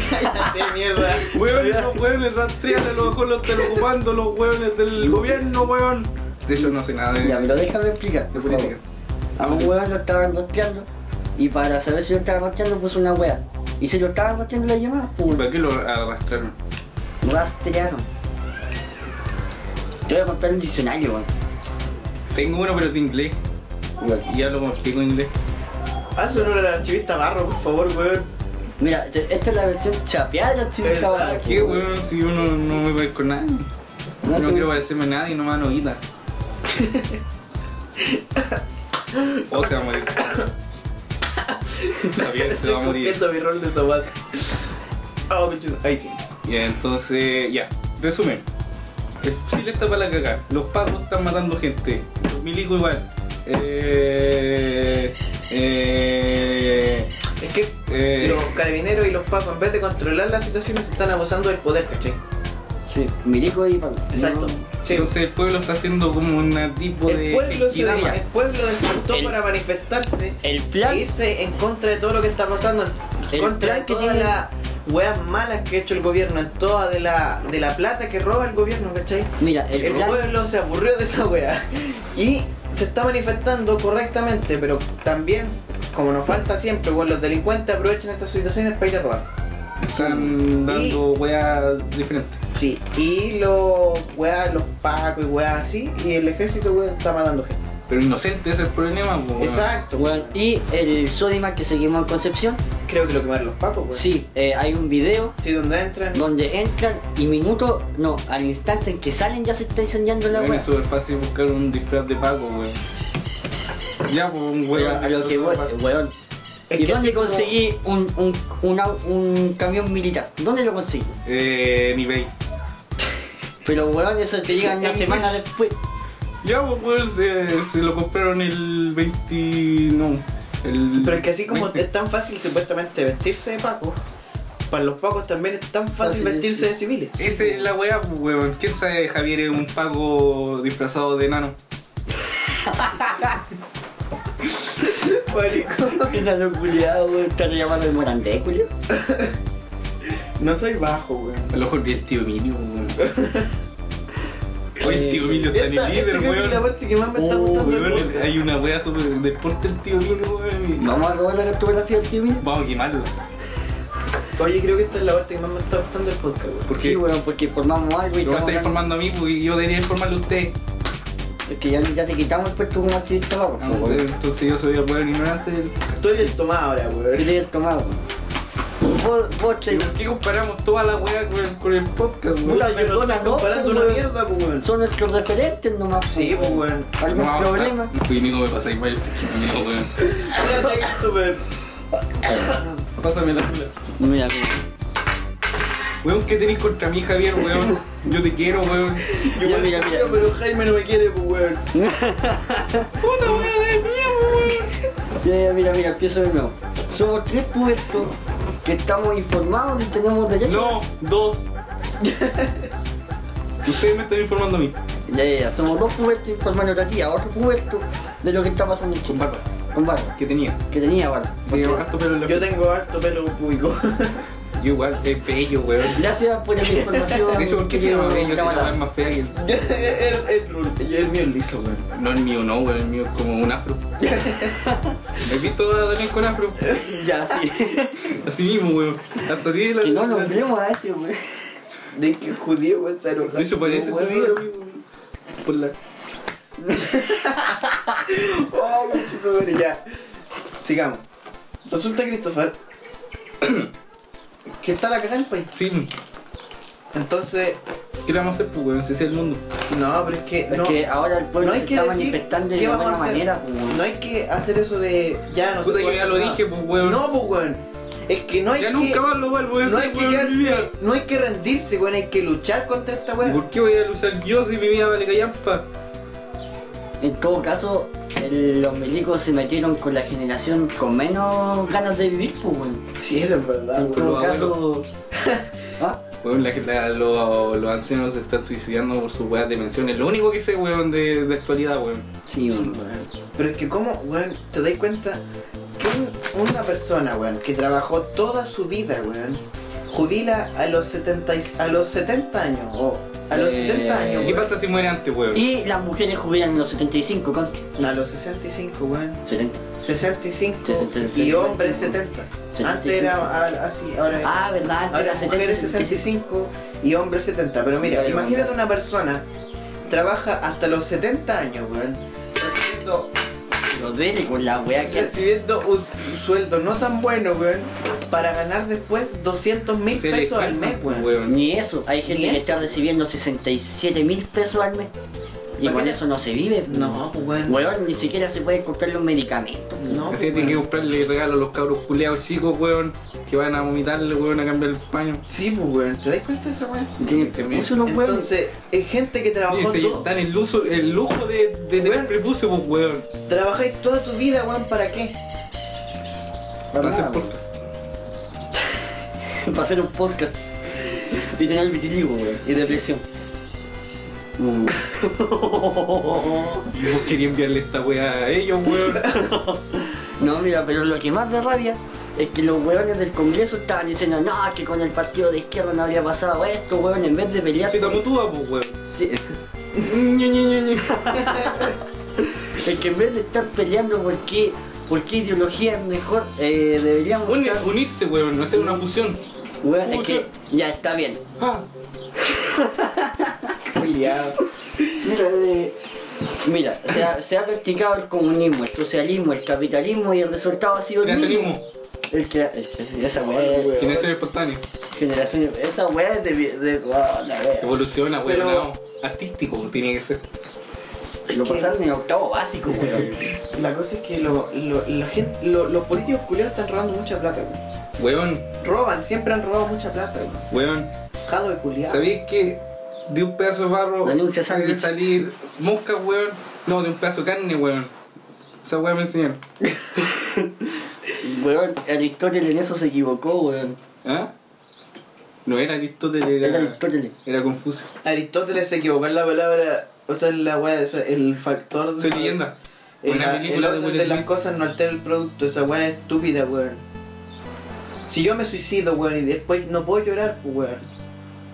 B: Cállate, mierda.
A: Weón, esos weones rastrean a los colos ocupando los weones del gobierno, weón. De hecho, no sé nada eh. de.
C: Ya, pero déjame explicar.
A: de
C: por favor.
A: política.
C: A un weón lo estaban rastreando y para saber si lo estaban rastreando puso una wea. Y si lo estaban rastreando las llamadas, pum,
A: ¿Para qué lo arrastraron?
C: rastrearon. Te voy a comprar un diccionario, weón.
A: Tengo uno, pero es de inglés.
C: Weón.
A: Y hablo como explico inglés.
B: Haz honor al archivista Barro, por favor, weón.
C: Mira, te- esta es la versión chapeada del archivo
B: Exacto.
C: estaba aquí.
A: ¿Qué, weón? Si yo no, no me parezco a nadie.
C: No,
A: No,
C: tú-
A: quiero parecerme a nadie, no me dan oída. o se va a morir. Javier se
B: Estoy
A: va a morir.
B: cumpliendo mi rol de Tomás. Oh, qué chulo. Ahí sí.
A: Y entonces, ya, resumen. El Chile está para la cagada. Los pagos están matando gente. Los milicos igual. Eh, eh,
B: Es que
A: Eh.
B: los carabineros y los pacos, en vez de controlar las situaciones, están abusando del poder, ¿cachai?
C: Sí, Milico y Pablo.
B: Exacto. Sí.
A: Entonces el pueblo está haciendo como un tipo
B: El
A: de
B: pueblo, se,
A: equidad.
B: el pueblo despertó
C: El-
B: para manifestarse
C: El
B: e
C: plan
B: irse en contra de todo lo que está pasando, en
C: El
B: contra
C: plan
B: de
C: que
B: toda
C: tienen-
B: la weas malas que ha hecho el gobierno, en toda de la, de la plata que roba el gobierno, ¿cachai?
C: Mira, el,
B: El
C: plan-
B: pueblo se aburrió de esa wea y se está manifestando correctamente, pero también, como nos falta siempre, weón, los delincuentes aprovechan estas situaciones para ir a robar.
A: Están dando weas diferentes.
B: Sí, y los weas, los pacos y weas así, y el ejército weón está matando gente.
A: Pero inocente ese es el problema, po, weón.
B: Exacto, weón.
C: Bueno, y el Sodimac que seguimos en Concepción,
B: Creo que lo quemaron los pacos, weón.
C: sí, eh, hay un video
B: Sí, donde entran.
C: donde entran y minutos, no, al instante en que salen ya se está incendiando la
A: Weón,
C: wea.
A: Es súper fácil buscar un disfraz de Paco, weón. Ya, pues, un
C: Pero
A: weón.
C: a lo que voy, weón.
B: Es
C: ¿Y
B: que
C: dónde
B: así como-
C: conseguí un, un, un, au- un camión militar? ¿Dónde lo conseguí?
A: Eh, en eBay.
C: Pero weón, eso te llegan una
B: En
C: semana
B: Wish.
C: después.
A: Ya, pues, pues, eh, se lo compraron el 20. No. El
B: Pero es que así como
A: 20.
B: es tan fácil supuestamente vestirse de pacos, para los pacos también es tan fácil
C: Fácil,
B: vestirse de
C: sí.
B: civiles.
A: Esa es la weá, pues, weón. ¿Quién sabe Javier es un Paco disfrazado de nano?
C: Mira lo culiado, weón. Te han llamado de Morandé, culio.
B: No soy bajo, weón.
A: A lo mejor vi el tío Emilio, weón. Oye, el tío Emilio
B: Emilio
A: está en el líder,
B: creo que es la
A: weón.
B: parte que más este me está
C: Oh,
B: gustando. del
A: Weón,
B: podcast.
A: Hay una weá sobre el deporte del tío Emilio, weón. y-
C: Vamos a robar la cartografía del tío mío.
A: Vamos a quemarlo.
B: Oye, creo que esta es la parte que más me está gustando del podcast, weón.
A: ¿Por qué?
C: Sí, weón, porque formamos algo y
A: Pero me
C: estamos
A: está
C: hablando-
A: informando a mí porque yo debería informarle a usted.
C: Es que ya, ya te quitamos el puesto como archivista, vamos.
A: Ah,
C: weón.
A: Entonces yo soy el weón ignorante. del-
B: Tú eres el tomado ahora,
C: Pero
B: weón.
C: te has tomado, weón. Vos, vos
A: ¿Y
C: te...
A: por qué comparamos toda la weá con el, con el podcast, weón?
C: Puta,
B: Pero
C: yo
B: estás
C: no,
B: comparando una
C: weón.
B: mierda, pues, weón.
C: Son nuestros referentes nomás.
B: Sí, pues, weón.
C: ¿Algún
A: No,
C: problema?
A: Uy, Nico, me pasa igual. Nico, weón.
B: Ahora está esto, weón.
A: Pásame la bola.
C: Mira, mira.
A: Weón, ¿qué tenés contra mí, Javier, weón? Yo te quiero, weón.
B: Yo
C: Ya,
B: me
C: mira,
B: quiero,
C: mira.
B: pero Jaime no me quiere, pues, weón. Puta weón de mierda, weón.
C: Ya, ya, mira, mira, empiezo de nuevo. Somos tres puestos que estamos informados y tenemos derecho.
A: No, dos. Ustedes me están informando a mí.
C: Ya, ya, ya. Somos dos pubertos informando a ti, a otro puberto de lo que está pasando en
A: Con
C: Chile.
A: barba.
C: Con barba.
A: ¿Qué tenía?
C: Que tenía barba.
A: Tenía
C: Porque-
A: harto pelo en la
B: Yo
A: frente.
B: tengo harto pelo público.
A: Yo igual, es bello, weón.
C: Gracias por esa información.
A: De hecho, ¿por qué se llama bello? Se
C: cámara.
A: llama más fea que el...
B: el, el, el, el mío es liso, weón.
A: No, el mío no, weón. El mío es como un afro. ¿Has visto a Daniel con afro?
C: Ya, sí.
A: Así mismo, weón. Hasta tiene la...
C: que no nombremos a ese, güey.
B: De que judío, weón, se enoja.
A: De hecho, parece
B: Weón.
A: judío, weón. Por la...
B: Oh, chico, bueno, ya. Sigamos. Resulta, Christopher, que está la cagada en el país.
A: Sí,
B: Entonces,
A: ¿qué le vamos a hacer, pues, weón? Si ese es el mundo.
B: no, pero es que
C: Es
B: no,
C: que ahora el pueblo
B: no hay
C: se
B: que
C: está
B: decir
C: manifestando
B: qué
C: de
B: vamos a
C: buena
B: hacer.
C: manera, pues, güey.
B: no hay que hacer eso de ya no
A: Puta,
B: se
A: yo
B: puede
A: ya
B: hacer
A: lo
B: nada.
A: dije, pues, weón.
B: No, pues, weón. Es que no hay
A: Ya
B: que
A: nunca más lo vuelvo a
B: no hay
A: hacer,
B: que
A: weón, en mi vida.
B: quedarse, no hay que rendirse, weón, hay que luchar contra esta
A: ¿Y
B: weón.
A: ¿Por qué voy a luchar yo si mi vida vale callampa?
C: En todo caso, el- los milicos se metieron con la generación con menos ganas de vivir, pues, güey.
B: Sí, eso es verdad,
C: En
B: weón.
C: todo
A: los
C: caso. ¿Ah?
A: Weón, la, la- lo- los ancianos se están suicidando por sus weas de menciones. Lo único que sé, weón, de, de actualidad, weón.
C: Sí, güey.
B: Pero es que como, weón, te das cuenta que un- una persona, weón, que trabajó toda su vida, weón, jubila a los 70, y- a los 70 años, o a los
C: Eh,
B: 70 años,
A: ¿Qué
B: weón.
A: pasa si muere antes, weón?
C: Y las mujeres jubilan en los 75, conste.
B: A los 65, weón.
C: 70.
B: 65
C: 60,
B: y hombres 70.
C: 70.
B: Antes era a- así, ahora es-
C: Ah, verdad, antes
B: Ahora
C: era
B: mujeres
C: 70.
B: 65 y hombres 70. Pero mira,
C: Ya, ya,
B: imagínate
C: ya.
B: una persona trabaja hasta los 70 años, weón. Recibiendo,
C: Lo duele con la weá que hace.
B: recibiendo un s- sueldo no tan bueno, weón. Para ganar después 200 mil
A: Se les
B: pesos al
A: falta,
B: mes, weón.
C: Ni eso, hay gente
B: Ni
C: que
B: eso.
C: está recibiendo 67 mil pesos al mes. Y con
B: Imagínate.
C: eso no se vive. pues.
B: No, pues, weón.
C: Weón, ni siquiera se puede comprar los medicamentos.
B: No, pues,
A: Así que
B: weón.
A: tienen que comprarle regalos a los cabros culeados chicos, weón. Que van a vomitarle, weón, a cambiar el paño.
B: Sí, pues, weón. ¿Te das cuenta de esa weón?
C: Tiene-
A: También.
C: Es unos huevos.
B: Entonces, es gente que
A: Y
B: trabajó
A: se
B: todo.
A: dan el, luso- el lujo de, de
B: Weón.
A: tener prepucio, pues, weón.
B: Trabajáis toda tu vida, weón, ¿para qué?
A: Para hacer
C: nada,
A: podcast.
C: Para hacer un podcast. Y tener vitiligo, weón. Y depresión. Mm.
A: Y vos querías enviarle esta wea a ellos, weón.
C: No, mira, pero lo que más da rabia es que los hueones del Congreso estaban diciendo, no, que con el partido de izquierda no habría pasado esto, hueón, en vez de pelear.
A: Si estamos tú, pues, weón.
C: Sí.
A: Ñe, Ñe, Ñe, Ñe.
C: Es que en vez de estar peleando por qué, por qué ideología es mejor, eh, deberíamos.
A: Une-
C: estar-
A: Unirse, weón, hacer una fusión.
C: Weón, es que ya está bien.
A: Ah,
D: Culiao.
C: Mira, eh, mira, se ha, se ha practicado el comunismo, el socialismo, el capitalismo y el resultado ha sido el mismo.
A: creacionismo.
C: El crea- el crea- esa weá es-
A: Generación espontánea.
C: generación, esa weá es de, de, oh, la wea.
A: Evoluciona, weón.
D: Pero-
A: no. Artístico tiene que ser.
C: Lo pasaron en octavo básico, weón.
D: La cosa es que lo- lo- la gente- lo- los políticos culiados están robando mucha plata, weón.
A: Weón,
D: Roban, siempre han robado mucha plata, weón.
A: weón.
D: Jado de culiado.
A: ¿Sabéis que de un pedazo de barro
C: Denuncia
A: puede
C: sándwich.
A: salir mosca, weón? No, de un pedazo de carne, weón. Esa weón me enseñaron.
C: Weón, Aristóteles en eso se equivocó, weón.
A: ¿Ah? No era Aristóteles,
C: Era
A: era,
C: Aristóteles.
A: era confuso.
D: Aristóteles se equivocó en la palabra, o sea, en la weá, eso, el factor
A: Soy leyenda.
D: El,
A: Buena
D: el
A: película de
D: orden de
A: Will
D: las
A: Smith.
D: cosas no altera el producto, esa weá es estúpida, weón. Si yo me suicido, weón, y después no puedo llorar, pues, weón.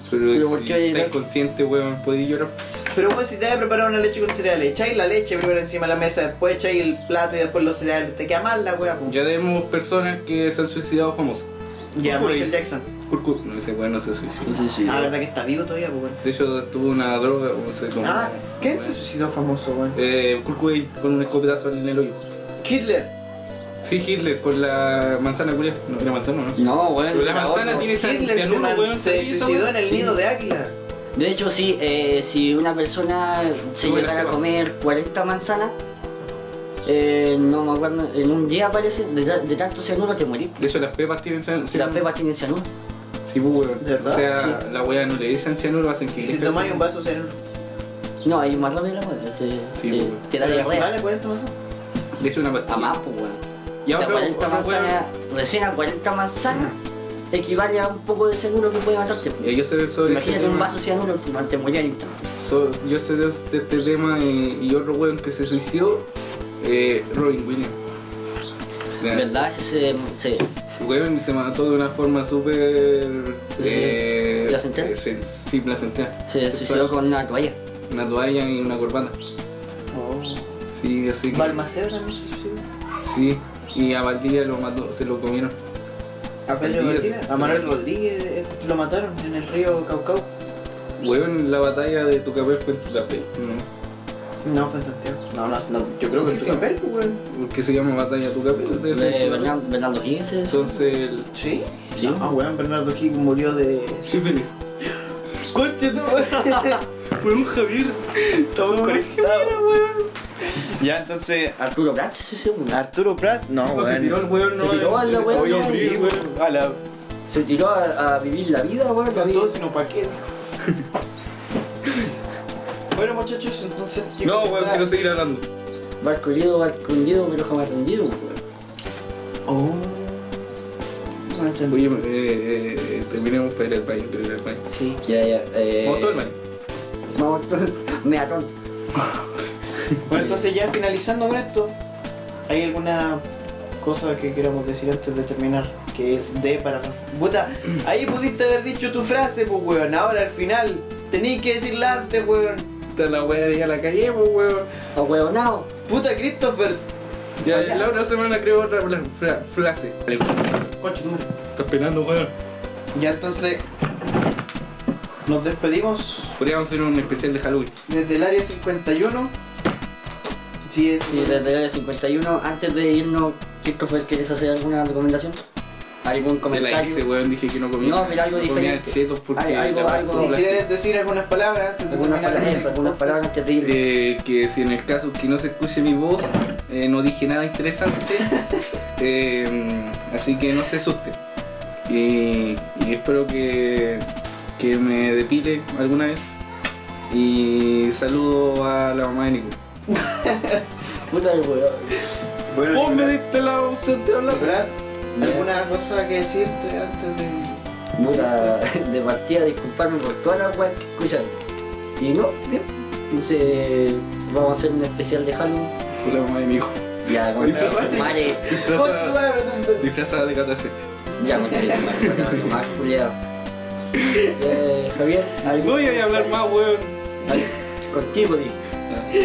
A: Pero,
C: Pero
A: si
C: ¿por qué
A: estás
C: era-
A: consciente, weón, podéis llorar.
D: Pero weón, si te habías preparado una leche con cereales, echáis la leche primero encima de la mesa, después echáis el plato y después los cereales, te queda mal la weá, pues.
A: Ya tenemos personas que se han suicidado famosos.
D: Ya,
A: Uy.
D: Michael Jackson.
A: Kurkur, no, ese weón no se suicidó.
C: No sé si.
D: Ah, la verdad que está vivo todavía, pues, weón.
A: De hecho, tuvo una droga, no sé cómo.
D: Ah, ¿quién se suicidó famoso, weón?
A: Eh, Kurt Cobain con un escopetazo en el hoyo.
D: Hitler.
A: Sí, Hitler, con la manzana culia. No, era manzana, ¿no?
C: No, weón.
A: Pero
C: se
A: la manzana
C: ahorra.
A: tiene cian-
D: Hitler se,
A: cianuro,
D: man-
A: weón.
D: se
A: ¿sabías esa
D: suicidó
A: weá?
D: en el
C: Sí.
D: nido de águila.
C: De hecho, sí, eh, si una persona se
A: Sube la
C: llegara a
A: ceba.
C: comer 40 manzanas, eh, no me acuerdo, en un día parece, de, ta- de tanto cianuro te morís.
A: De hecho, las pepas tienen cian- cianuro.
C: Las pepas tienen cianuro.
A: Sí, pues, weón.
D: ¿De verdad?
A: O sea, la wea no le dicen cianuro, hacen que.
D: Y si tomáis un vaso, se
C: No, hay más rápido la weá, te,
A: Sí,
C: te-
A: weón.
C: te da diarrea.
D: ¿Vale este 40 vasos?
A: Le hice una pastilla.
C: A más, pues weón.
A: Ya,
C: o sea,
A: pero,
C: 40
A: otra weá.
C: manzanas, recién a 40 manzanas, equivale a un poco de cianuro que puede matarte. pues.
A: Eh, yo sé sobre
C: Imagínate
A: este
C: un
A: tema-
C: vaso cianuro, te morías al instante.
A: so- yo sé de este este tema y, y otro weón que se suicidó, eh, Robin Williams. Mira,
C: ¿Verdad? Ese se- se,
A: Weón se mató de una forma súper.
C: Sí, sí.
A: eh,
C: ¿Placentera?
A: eh, sen- sí, placentera.
C: se suicidó con una toalla.
A: Una toalla y una corbata. Oh. Sí, así que.
D: Balmaceda también se suicidó.
A: Sí, y a Valdivia lo mató, se lo comieron.
D: A Pedro
A: Rodríguez.
D: Rodríguez, a Manuel Rodríguez eh, lo mataron en el río Caucao.
A: Weón, la batalla de Tucapé fue en Tucapé, ¿no?
D: No, fue en Santiago. No, no, no, yo creo que
A: Sí.
D: fue en papel, weón.
A: que se llama Batalla Tucapé.
C: De
A: debe ser en Tucapé.
C: Bernardo, Bernardo Higgins,
A: Entonces, el
D: ¿Sí?
C: Sí.
D: Ah, weón, Bernardo Gil murió de.
A: sífilis.
D: ¡Conche tu Estamos
A: Weón, Javier.
D: conectados, weón. Ya, entonces.
C: Arturo Prat, sí, sí, weón.
D: Arturo Prat, no,
A: No, se tiró el weón, no.
C: Se tiró el weón,
A: Oye,
C: no,
A: sí,
C: sí.
A: weón.
D: A la.
C: Se tiró a, a vivir la vida, weón. la vida.
D: sino pa' qué, dijo. Bueno, muchachos, entonces. yo
A: No,
D: creo que
A: weón,
D: está-
A: quiero seguir hablando.
C: Barco herido, barco hundido, pero jamás rendido, weón.
D: Oh. No entendí.
A: Oye, eh, eh, terminemos para ir al baño, quiero ir al baño.
D: Sí.
C: Ya, ya. Eh,
A: Vamos todo el baño.
C: Vamos todo- Meatón.
D: Bueno, entonces ya finalizando con esto, ¿hay alguna cosa que queramos decir antes de terminar? Que es de para... Puta, ahí pudiste haber dicho tu frase, pues weón, ahora al final tenéis que decirla antes, weón.
A: Puta, la weá ya la cagué, pues, weón.
C: O weonao.
D: Puta Christopher,
A: Ya,
D: Oye.
A: la otra semana creo otra fra- fra- frase. Vale, weón.
D: concha tu madre.
A: Estás penando, weón.
D: Ya entonces, nos despedimos
A: Podríamos hacer un especial de Halloween.
D: desde el área 51. Sí, es...
C: Y desde el área 51, antes de irnos, Christopher, ¿quieres hacer alguna recomendación? ¿Algún
A: Te la hice,
C: comentario?
A: weón, dije que no comía.
C: No, pero algo
A: comía
C: diferente.
A: chetos porque
C: Al- algo-
A: la-
C: algo-
D: Si quieres decir algunas palabras antes de
C: Algunas
D: terminar
C: palabras,
D: el-
C: algunas palabras antes de irnos.
A: Eh, que si en el caso que no se escuche mi voz, eh, no dije nada interesante, eh, así que no se asusten. Y, y espero que, que me depile alguna vez. Y saludo a la mamá de Nico.
C: Puta el weón.
D: Bueno,
A: diste la opción de
D: ¿Verdad? ¿Alguna cosa que decirte antes de.?
C: Puta, de partida, disculparme por todas las weas que escuchan. Y no, bien. Entonces, vamos a hacer un especial de Halloween.
A: Con la mamá de Nico.
C: Ya, con
A: Disfrazado.
C: Mare.
D: Con su madre,
A: Disfrazada de catacete.
C: Ya, me caí mal, bueno, más culiado. Eh, Javier, ¿algún-
A: No voy a hablar más, weón.
C: al- Contigo, dije.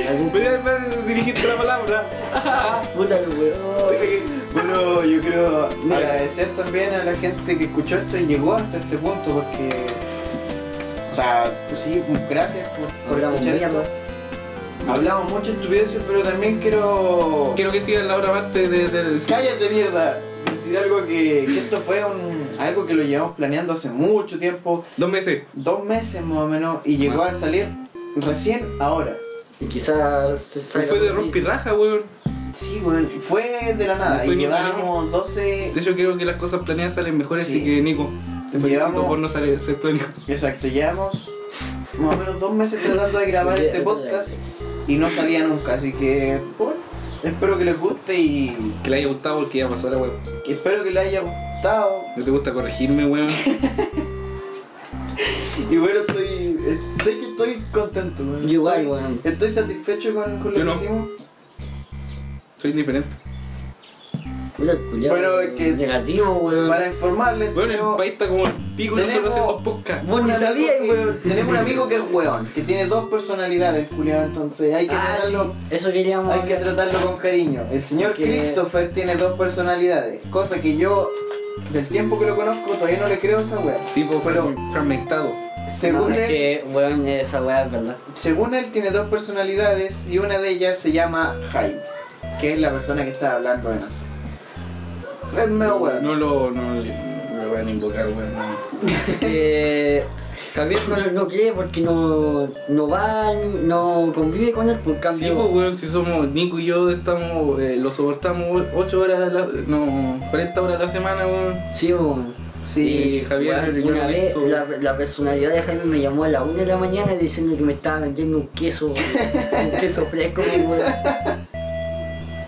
C: ¿Algún
A: Me da- me dirigiste la palabra.
C: puta que weón?
D: Bueno, yo creo
C: Mira.
D: agradecer también a la gente que escuchó esto y llegó hasta este punto porque. O sea, pues sí, gracias por, por
C: Hablamos
D: escuchar
C: mierda.
D: esto. Hablamos mucho estupideces, pero también quiero.
A: Quiero que sigan la otra parte de, de- de-
D: ¡Cállate, mierda! Decir algo que, que esto fue un- algo que lo llevamos planeando hace mucho tiempo,
A: Dos meses.
D: dos meses más o menos, y llegó a salir recién ahora.
C: Y quizás se
A: Se
C: salga
A: fue de
C: por mí.
A: rompirraja, weón.
D: Sí, bueno, fue de la nada,
A: No fue
D: y
A: ni una
D: llevábamos 12.
A: De hecho, creo que las cosas planeadas salen mejores,
D: Sí.
A: así que Nico, te felicito
D: Llevamos-
A: por no salir, ser planeado.
D: Exacto, llevamos más o menos dos meses tratando de grabar este podcast y no salía nunca, así que bueno, espero que les guste y
A: Que le haya gustado porque ya pasó la weón.
D: que espero que les haya gustado.
A: No te gusta corregirme, weón.
D: Y bueno, estoy. eh, sé que estoy contento, weón.
C: Yo igual,
D: Estoy-
C: weón.
D: Estoy satisfecho con, con lo
A: Yo
D: que
A: no.
D: hicimos.
A: Soy diferente.
C: Puta el culiao,
D: Bueno, es que-
C: Negativo, weón. Ah,
D: Para informarles,
A: Weón, el
D: tenemos-
A: país está como el pico y nosotros
D: Tenemos-
A: haciendo podcast.
D: un
C: Ni
D: amigo
C: sabía,
D: que-
C: weón.
D: Tenemos un amigo que es weón, que tiene dos personalidades, Julián, entonces hay que
C: Ah, sí,
D: tratarlo.
C: eso queríamos.
D: Hay que
C: hablar.
D: tratarlo con cariño. El señor
C: Porque-
D: Christopher tiene dos personalidades, cosa que yo, del tiempo que lo conozco, todavía no le creo a esa wea.
A: Tipo
D: Pero-
A: fra- fragmentado.
D: Según
C: No, es
D: él,
C: que, weón, esa weá es verdad.
D: según él tiene dos personalidades y una de ellas se llama Jaime, que es la persona que está hablando de nosotros. Es medio weón.
A: No lo, no, le- no lo van a invocar, weón. no.
C: que Javier Eh, no, no cree porque no, no va, no convive con él, por
A: Sí,
C: cambio.
A: pues, weón, si somos Nico y yo, estamos, eh, lo soportamos 8 horas, a la, no, 40 horas a la semana, weón.
C: Sí, weón.
A: Sí,
C: Y,
A: Javier,
C: weón,
A: yo
C: una
A: lo
C: vez
A: meto.
C: la, la personalidad de Jaime me llamó a la 1 de la mañana diciendo que me estaba vendiendo un queso, un queso fresco, weón.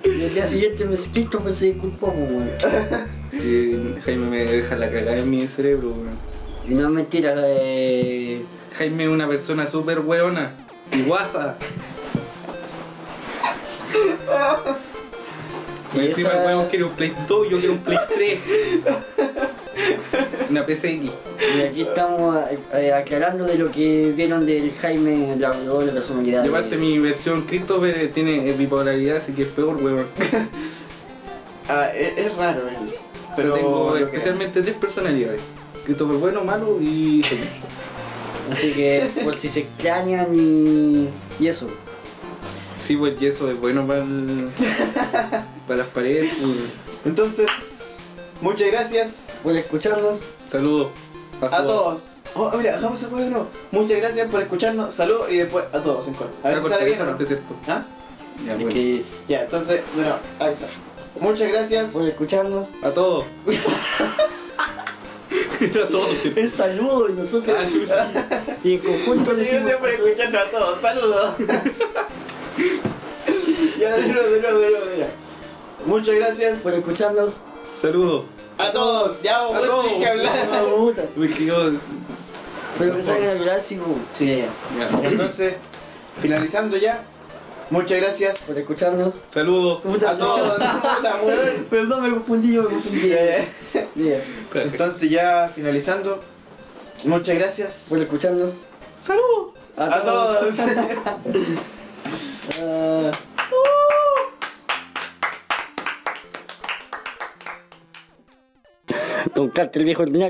C: Y el día siguiente me Christopher se disculpó, weón.
A: Sí, Jaime me deja la cagada en mi cerebro, weón.
C: Y no es mentira, eh,
A: Jaime es una persona súper weona y guasa.
C: Y
A: Me encima el
C: esa-
A: weón quiere un Play 2, yo quiero un Play 3. Una PCX.
C: y aquí estamos eh, aclarando de lo que vieron del Jaime, la doble personalidad.
A: Y
C: de-
A: aparte mi versión Christopher tiene eh, bipolaridad, así que es peor, weón.
D: Ah, es, es raro él.
A: Pero tengo
D: lo que-
A: especialmente tres personalidades. Christopher bueno, malo y Jaime.
C: Así que por si se extrañan y, y eso.
A: Sí, pues y eso es bueno para el- para las paredes. pues.
D: Entonces, muchas gracias.
C: Por escucharnos.
A: Saludos
D: A
A: su-
D: todos. Oh, mira, hagamos el juego de nuevo. Muchas gracias por escucharnos. Saludos y después a todos en coro. A ver
A: Ah,
D: si
A: porque
D: sale bien
A: esa
D: o no.
A: parte es cierto.
D: ¿Ah?
A: Ya,
C: Es
A: bueno.
C: que
D: Ya, entonces, bueno, ahí está. Muchas gracias.
C: por escucharnos.
A: A todos. Era todo. sí.
C: Es saludo y nosotros.
D: Ah,
C: y en conjunto
D: Muchas
C: decimos.
D: gracias por escucharnos a todos. Saludos. ya, de nuevo, de nuevo, de nuevo, mira. Muchas gracias
C: Por escucharnos.
A: Saludos.
D: a todos. Ya vos
A: A
D: vos tenés
A: todos.
D: que hablar.
C: Ah, puta.
A: Uy, que yo-
C: Pero que salgan a hablar sí, bu.
D: Sí, ya.
A: Ya.
D: Entonces, finalizando ya. Muchas gracias
C: Por escucharnos.
A: Saludos.
D: a todos. Puta, weón.
C: Perdón, me confundí, yo me confundí.
D: Ya, ya.
C: Ya.
D: Entonces ya finalizando, muchas gracias
C: Por escucharnos.
E: Saludos.
D: a todos.
C: Ah. Don Carter, el viejo ordinario.